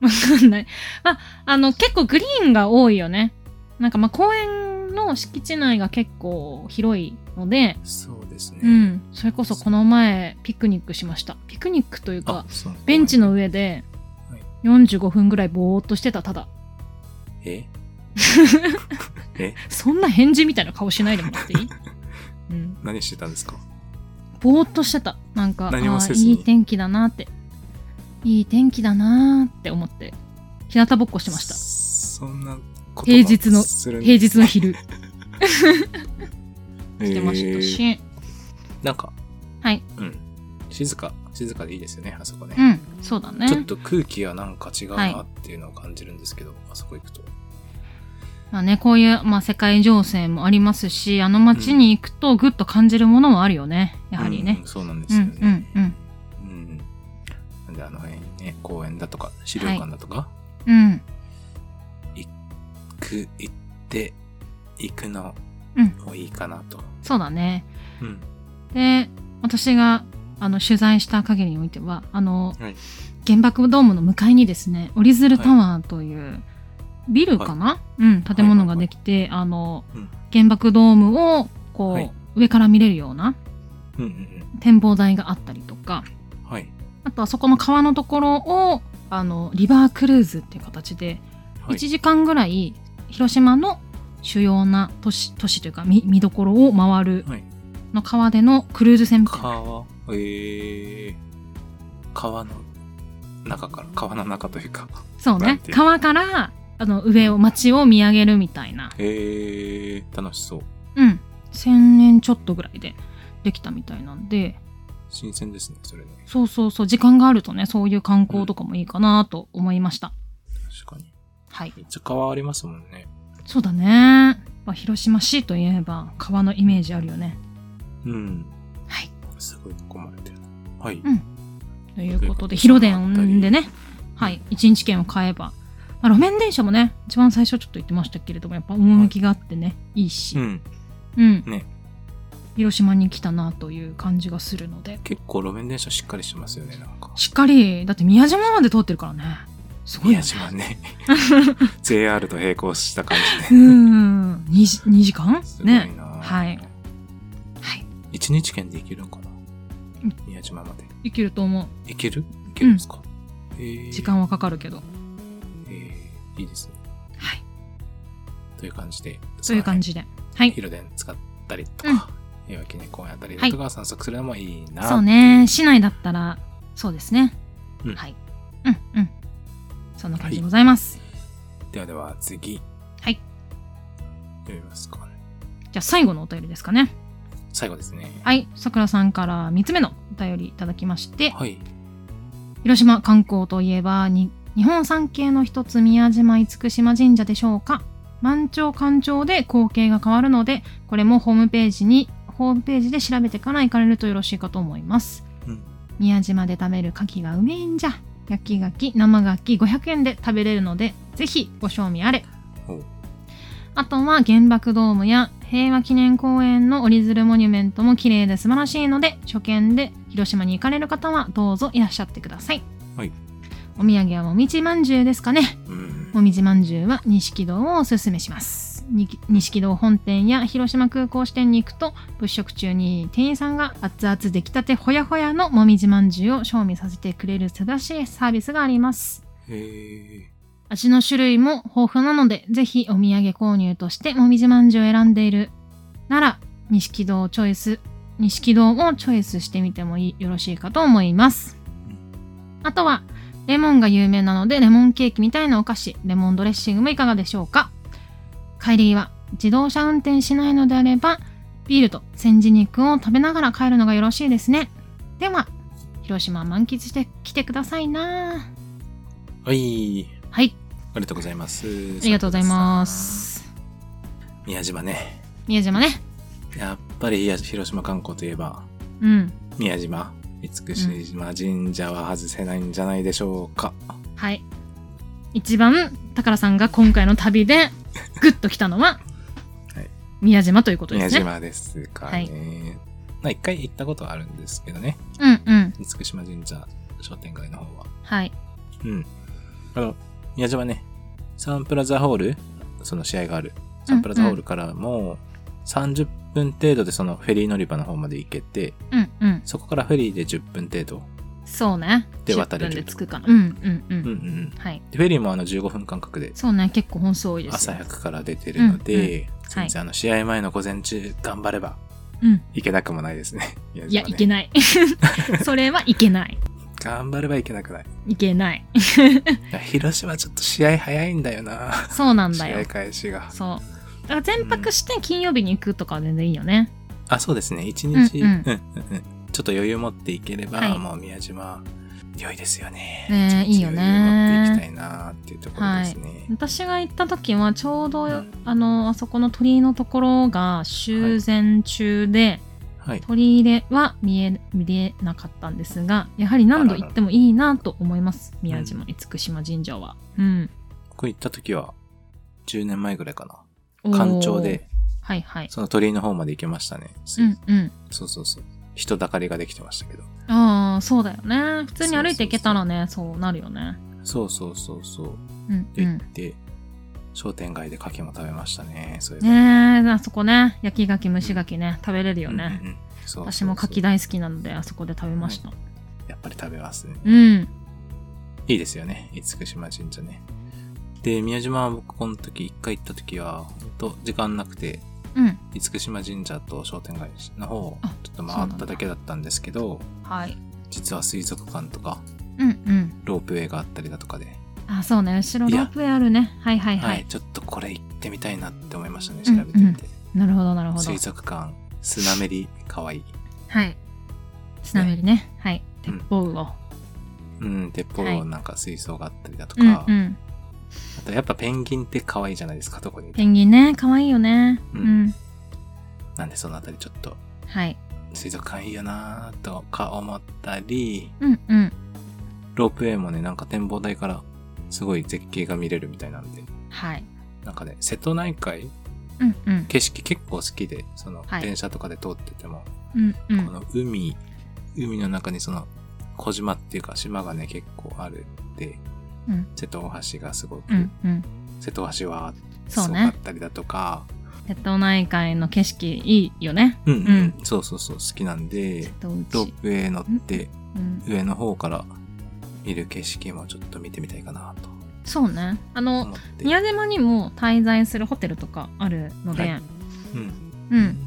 い。わかんない。あ、あの、結構グリーンが多いよね。なんかまあ公園の敷地内が結構広いので、そうですね。うん、それこそこの前ピクニックしました。ピクニックというあか、、そう。ベンチの上ではい45分ぐらいぼーっとしてた、ただ。 ええそんな返事みたいな顔しないでもらって いいうん。何してたんですかぼーっとしてた。なんか、何もあせーずにいい天気だなって。いい天気だなって思って、日向ぼっこしてました。そんなこと平日のするん平です日の 昼しえーてましたし。なんか、はい。うん。静か、静かでいいですよね、あそこね。うん、そうだね。ちょっと空気がなんか違うはいなっていうのを感じるんですけど、あそこ行くと。まあね、こういう、まあ、世界情勢もありますし、あの街に行くとグッと感じるものもあるよね。やはりうねん。そうなんでうすん、ようんね。、うん。うん。なんで、あの辺にね、公園だとか、資料館だとか、うん、行く、行って、行くのうんもいいかなと。そうだね。うん。で、私が、あの、取材した限りにおいては、あの、はい原爆ドームの向かいにですね、折り鶴タワーという、ビルかな、うん、建物ができて、あの、うん原爆ドームを、こう、はい上から見れるようなうんうん展望台があったりとか、うん。はい。あとはそこの川のところをあのリバークルーズっていう形ではい。 1時間ぐらい広島の主要な都市都市というか見見どころを回るはい。の川でのクルーズ船みたいな川、えー、川の中から、川の中というか、そうなんねていう川からあの上を街を見上げるみたいなえー、楽しそう。うん1000年ちょっとぐらいでできたみたいなんで新鮮ですね、それね。そうそうそう時間があるとねそういう観光とかもいいかなと思いました、確かに。はいめっちゃ川ありますもんね。そうだね、まあ、広島市といえば川のイメージあるよねうん。はいすごい囲まれてる。はい。んというとことで、いうこと広で電でね、はい、1日券を買えば、まあ、路面電車もね、一番最初ちょっと言ってましたけれども、やっぱ趣があってね、いいし、ううん、ん。ね広島に来たなという感じがするので、結構路面電車しっかりしてますよね、なんか。しっかり、だって宮島まで通ってるからね、すごいよ宮ね。島ね。JR と並行した感 うじーで。ん、2, 時間すごいなね。。はい。はい。い。一日券で行けるんかな、うん宮島まで。生きると思う行ける行けるんですか、えー時間はかかるけどえーいいですね。はいという感じで、そういう感じ。じではいヒルデン使ったりとか、岩木根公園あたりだとか散策するのもいいな。そうね市内だったらそうですね、うんはいうんうんそんな感じでございます、ではでは次。はい。読みますかね。じゃあ最後のお便りですかね最後ですね。はいさくらさんから3つ目のお便りいただきましてはい。広島観光といえばに日本三景の一つ宮島厳島神社でしょうか満潮干潮で光景が変わるのでこれもホームページにホームページで調べてから行かれるとよろしいかと思いますうん。宮島で食べる牡蠣がうめえんじゃ焼き牡蠣生牡蠣500円で食べれるのでぜひご賞味あれおうあとは原爆ドームや平和記念公園の折り鶴モニュメントも綺麗で素晴らしいので初見で広島に行かれる方はどうぞいらっしゃってください、はい、お土産はもみじまんじゅうですかねうん。もみじまんじゅうは錦堂をおすすめしますに錦堂本店や広島空港支店に行くと物色中に店員さんが熱々出来たてほやほやのもみじまんじゅうを賞味させてくれる素晴らしいサービスがありますへえ。味の種類も豊富なので、ぜひお土産購入としてもみじまんじゅうを選んでいるなら、錦堂をチョイス、錦堂をチョイスしてみてもいいよろしいかと思います。あとは、レモンが有名なので、レモンケーキみたいなお菓子、レモンドレッシングもいかがでしょうか帰りは自動車運転しないのであれば、ビールと煎じ肉を食べながら帰るのがよろしいですね。では、広島満喫してきてくださいな。はい。はい、ありがとうございます。ありがとうございます。宮島ね。宮島ね。やっぱり宮広島観光といえば、うん。宮島、厳島神社は外せないんじゃないでしょうか。はい。一番、高良さんが今回の旅で、グッときたのは、はい宮島ということで宮すね。島ですかね。まあ一回行ったことはあるんですけどね。うんうん。厳島神社商店街の方は。はい。うん。あの、宮島ね、サンプラザホール、その試合がある、サンプラザホールからも、30分程度でそのフェリー乗り場の方まで行けて、うんうん。そこからフェリーで10分程度。そうね。で渡れる10分で着くかな。うんうんうん。うんうんうん。はい。でフェリーもあの15分間隔でそうね。結構本数多いです。朝早くから出てるので、はい全然あの試合前の午前中頑張ればうん。いけなくもないですね。いや、いけなない。 それはいけない。頑張ればいけなくない。いけない。いや広島ちょっと試合早いんだよな。そうなんだ試合よ。開始が。そう。だから全泊して金曜日に行くとかは全然いいよね。あ、そうですね。一日、ううんんううんんうんちょっと余裕持っていければ、はいもう宮島、良いですよね。ねえいいよね余裕持っていきたいなっていうところですね。私が行った時はちょうど、うんあのあそこの鳥居のところが修繕中で、はい。鳥居では見え見れなかったんですがやはり何度行ってもいいなと思います宮島厳島神社は。うん、ここ行った時は、10年前ぐらいかおーな。干潮で、はいはい。その鳥居の方まで行けましたね。うんうん。そうそうそう。人だかりができてましたけど。ああそうだよね。普通に歩いていけたらねそうなるよね。そうそうそうそう。うんうで、行んっ。て、商店街で牡蠣も食べましたね。そういえばねえあそこね焼き牡蠣蒸し牡蠣ね食べれるよね。うんうんうんそうそうそう私も牡蠣大好きなのであそこで食べました。やっぱり食べますね。うん。いいですよね。厳島神社ね。で、宮島は僕この時、一回行った時は、ほんと時間なくて、うん。厳島神社と商店街の方をあちょっと回っただけだったんですけど、はい。実は水族館とか、うんうん。ロープウェイがあったりだとかで、あ、そうね。後ろいロやープウェイあるね。はいはいは、はいい。ちょっとこれ行ってみたいなって思いましたね、う調んべてみて。なるほど、なるほど水。族館、スナメリ、かわいい。はい。スナメリね。はい。鉄砲魚。うん、鉄砲はいなんか水槽があったりだとうんか、うん。あとやっぱペンギンって可愛いじゃないですか、どこにいてペも。ンギンね。可愛いよね。ううんん。なんでそのあたりちょっと、はい。水族館いいよなぁとか思ったり、うんうん。ロープウェイもね、なんか展望台からすごい絶景が見れるみたいなんで、はい。なんかね、瀬戸内海、うんうん。景色結構好きで、そのはい電車とかで通ってても、うんうこん。の海、海の中にその小島っていうか島がね、結構あるで、うん瀬戸大橋がすごく、うんうん。瀬戸大橋はそうすごかっね。たりだとか、瀬戸内海の景色いいよね。うん、ううんん、そうそうそう、好きなんで瀬、戸内。ロープウェイ乗って、うん上の方から見る景色もちょっと見てみたいかなとそうね。あの、思って。宮島にも滞在するホテルとかあるので、はいうん。うん。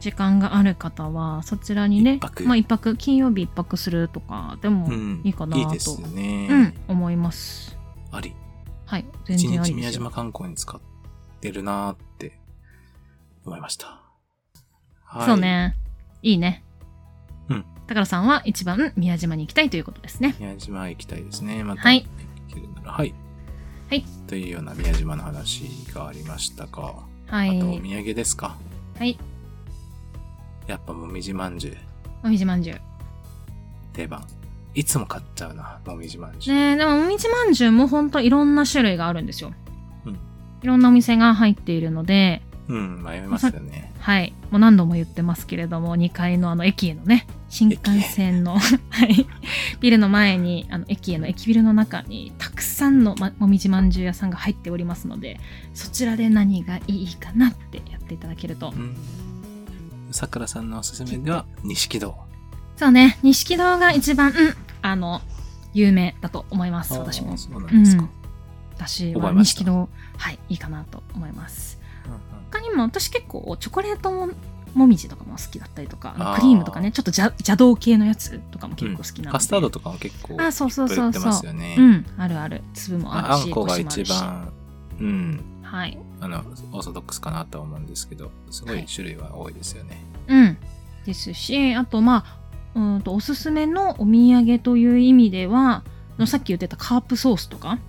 時間がある方は、そちらにね、一泊まあ一泊、金曜日一泊するとかでも、うんいいかないといですね。うん、思います。あり。はい。全一然あ日りで宮すよ。島観光に使ってるなーって思いました。はい。そう。ね。いいね。うん。高田さんは一番宮島に行きたいということですね。宮島行きたいですね。また、はい行けるなら。はい。はい。というような宮島の話がありましたが、はあとおい。土産ですか。はい。やっぱもみじまんじゅう、もみじまんじゅう。定番。いつも買っちゃうな、もみじまんじゅう。ねえ、でももみじまんじゅうもほんといろんな種類があるんですよ。うんいろんなお店が入っているので、うん、迷いますよね。はい。もう何度も言ってますけれども、2階のあの駅へのね、新幹線の、 はい。ビルの前に、あの駅への駅ビルの中に、たくさんのまもみじまんじゅう屋さんが入っておりますので、そちらで何がいいかなってやっていただけるとう。ん。さくらさんのおすすめでは、錦戸。そうね、錦堂が一番、うん、あの、有名だと思います、私あもー。そうなんですか。私覚はえました錦堂、はい、いいかなと思います。うんうん他にも私結構チョコレートももみじとかも好きだったりとかあのあークリームとかねちょっと邪邪道系のやつとかも結構好きなので、カスタードとかも結構あそうそうそう売ってそうますよね。うんあるある粒もあああるしんこがコシ一もある番、うん、しはいあの、オーソドックスかなとは思うんですけど、すごい種類は多いですよね。うんですしあとまあうーんとおすすめのお土産という意味ではあのさっき言ってたカープソースとか、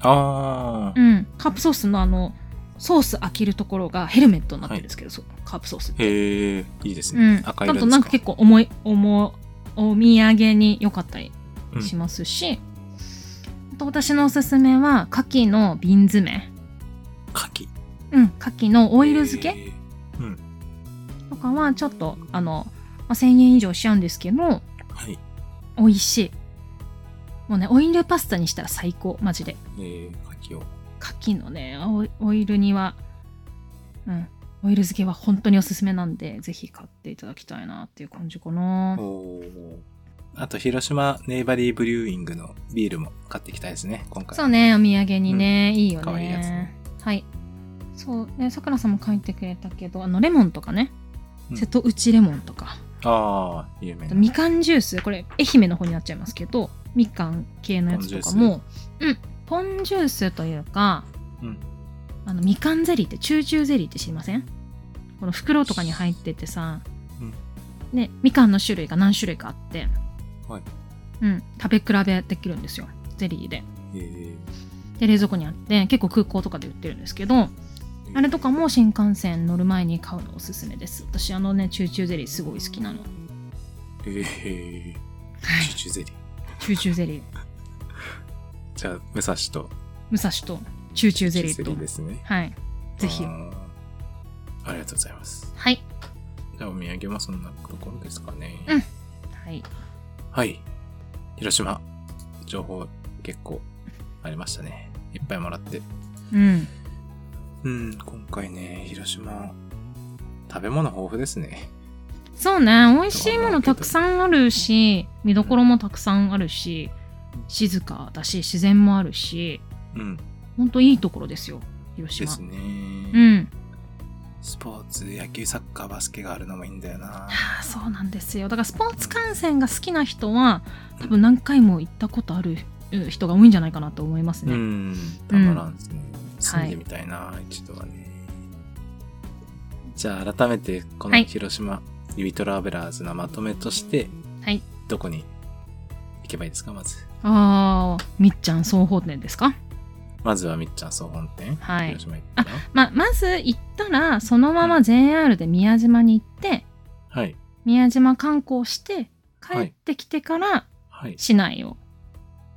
あうあ、ん、カープソースのあのソース開けるところがヘルメットになってるんですけど、そうカープソースってへえ、いいですうねん。。赤あ色ですか。となんか結構重い、重い、お土産に良かったりうんしますし、あと私のおすすめは、牡蠣の瓶詰牡蠣。め。うん、牡蠣のオイル漬けへとかは、ちょっと、あの、まあ、1000円以上しちゃうんですけど、ーはい。美味しい。もうね、オイルパスタにしたら最高、マジで。えー、牡蠣を。牡蠣のね、オイオイルには、うん、オイル漬けは本当におすすめなんで、ぜひ買っていただきたいなっていう感じかな。おーあと、広島ネイバリーブリューイングのビールも買ってきたいですね、今回。そうね、お土産にね、いいよね。可愛いやつねはい。そう、ね、さくらさんも書いてくれたけど、あの、レモンとかね、うん瀬戸内レモンとか、ああ、有名あなと。みかんジュース、これ、愛媛の方になっちゃいますけど、みかん系のやつとかも、うん、ポンジュースというか、うんあの、みかんゼリーって、チューチューゼリーって知りませんこの袋とかに入っててさ、うんね、みかんの種類が何種類かあって、はいうん、食べ比べできるんですよ、ゼリーで。えーで冷蔵庫にあって結構空港とかで売ってるんですけどあれとかも新幹線乗る前に買うのおすすめです私あのねチューチューゼリーすごい好きなのえー、チュチュゼリー。チューチューゼリーじゃあ、武蔵と武蔵とチューチューゼリチュゼーとリーですね。はいぜひあーありがとうございます。はいじゃあお土産もそんなところですかね。うんはいはい。広島、情報結構ありましたね。いっぱいもらって。うんうん、今回ね、広島、食べ物豊富ですね。そうね美味しいものたくさんあるし見どころもたくさんあるし静かだし自然もあるしうん、ほんといいところですよ広で島すね。うんスポーツ、野球、サッカー、バスケがあるのもいいんだよ な。あーそうなんですよだからスポーツ観戦が好きな人は多分何回も行ったことあるうん人が多いんじゃないかなと思いますうね、ん、たまらんですね。住んはでいみたいな、一度はね。じゃあ改めて、このはい広島、リビトラベラーズのまとめとして、はいどこに行けばいいですか、まず。ああみっちゃん総本店ですかまずはみっちゃん総本店。はい広島行ったら。まあまず行ったらそのまま JR で宮島に行ってはい。宮島観光しては帰いってきてからはい。市内を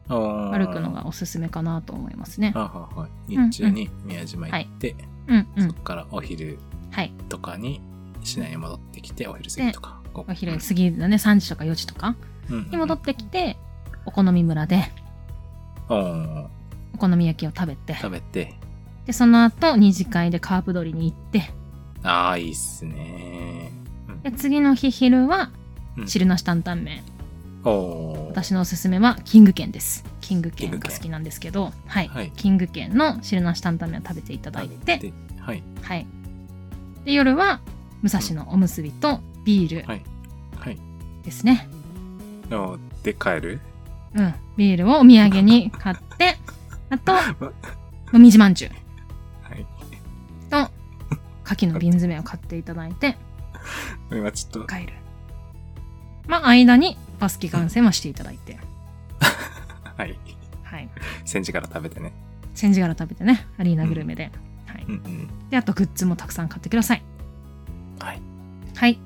歩歩くの。がおすすめかなと思いますねあはいはい。日中に宮島行って、うんうそんこからお昼はいとかに市内に戻ってきて、お昼過ぎとか。こうお昼過ぎだね3時とか4時とかうんに戻ってきてお好み村でうんお好み焼きを食べて食べて、でその後二次会でカープ取りに行ってああ、いいっすね。で次の日昼はうん汁なし担々麺、おー。私のおすすめはキングケンですキングケキンングがケン好きなんですけどはい、はいキングケンの汁なし担々麺を食べていただいてではい。はいで夜は武蔵のおむすびとビーはルいはい。ですね、おーで、帰るうんビールをお土産に買って あとまもみじまんじゅうはい。と牡蠣の瓶詰めを買っていただいて今ちょっと、 帰るまあ間にバスキ観戦はしていただいて、はい。はい煎じから食べてね。煎じ殻食べてねアリーナグルメで、はいうんうん。であとグッズもたくさん買ってくださいはい。はい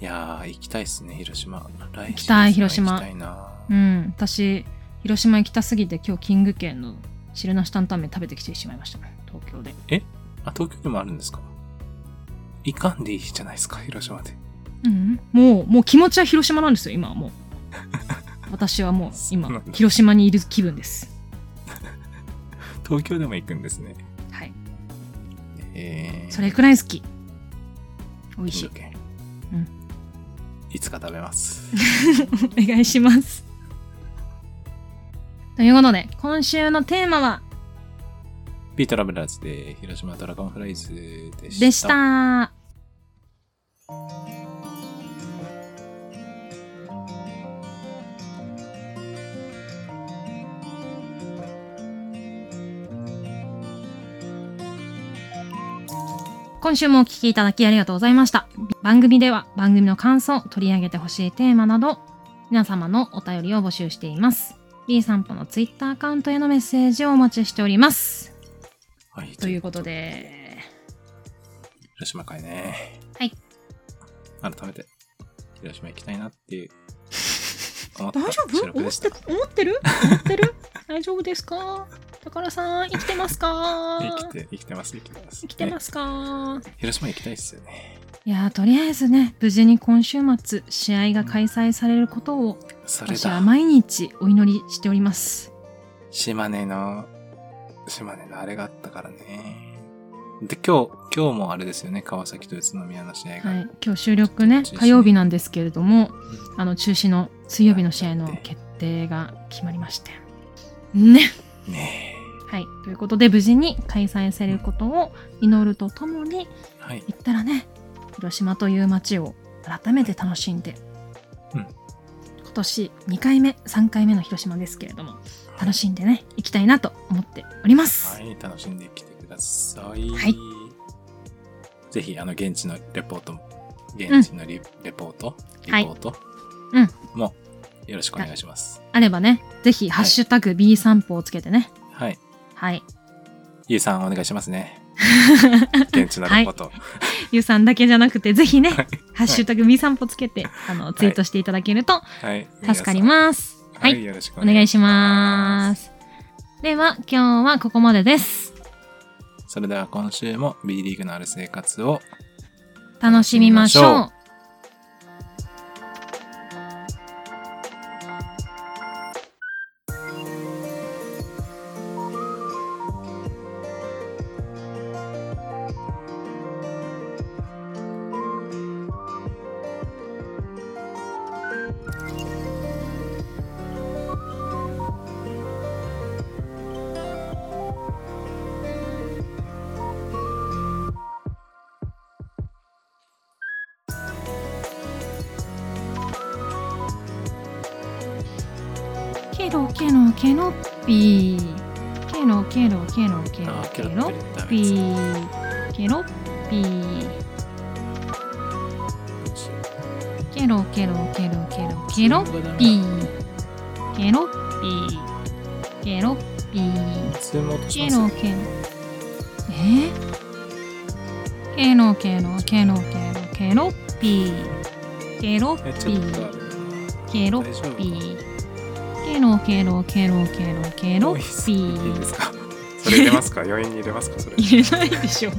いやー、行きたいっすね、広島。来週行きたい広島行きたいなう。ん私広島行きたすぎて今日キング県の汁なし担々麺食べてきてしまいました東京であ、東京でもあるんですか行かんでいいじゃないですか、広島で。うんもうもう気持ちは広島なんですよ今はもう私はもうそうな今んだ広島にいる気分です東京でも行くんですね。はいえー、それくらい好き美味しいいいねうんいつか食べます。 お願いします。ということで、今週のテーマは、ビートラベラーズで広島ドラゴンフライズでした。でした。今週もお聞きいただきありがとうございました。番組では番組の感想、取り上げてほしいテーマなど、皆様のお便りを募集しています。B 散歩のツイッターアカウントへのメッセージをお待ちしております。はい、ということ。で、広島会ね。はい。改めて、広島行きたいなって いう。思った大丈収夫録思でっしてた。思ってる思って る大丈夫ですか宝さん生きてますか生きて、生きてます、生きてます。生きてますか、ね広島行きたいっすよね。いやーとりあえずね無事に今週末試合が開催されることをそれ私はだ。毎日お祈りしております島根の、島根のあれがあったからね。で、今日、今日もあれですよね、川崎と宇都宮の試合が。はい今日収録ね中止ね火曜日なんですけれどもあの中止の水曜日の試合の決定が決まりましてねねはいということで無事に開催されることを祈るとともにえ。はい。行ったらね広島という街を改めて楽しんで、うん今年2回目3回目の広島ですけれども楽しんでね行きたいなと思っておりまはす、い、楽しんできてください。はいぜひ、あの、現地のレポートも、現地のリ、レポート、はリいポート、うんも、よろしくお願いします。あればねぜひハッシュタグ B 散歩」をつけてねはい。はいゆうさん、お願いします ね。現地のレポート。ゆうさんだけじゃなくてぜひね、はいハッシュタグ B 散歩」つけてあのツイートしていただけるとはい。助かります、すは、はいい、よろしくお願いしすま。すでは今日はここまでですそれでは今週も B リーグのある生活を楽しみましょうケロケロケロッピー。ケロケロケロケロあーケケロッロッダメピですねー。ケロッピー。ケロケロケロケロケロッピー。ケロッピー。ケロッピー。普通も落としケますロよケロ。えーケロケロケロケロケロッピー。ケロえッちょピっとあー。るケロ大丈ッピ夫ー。ケロケロケロケロケロ多いっッすピいいーで。すかそれ入れますか余韻に入れますかそれ入れないでしょ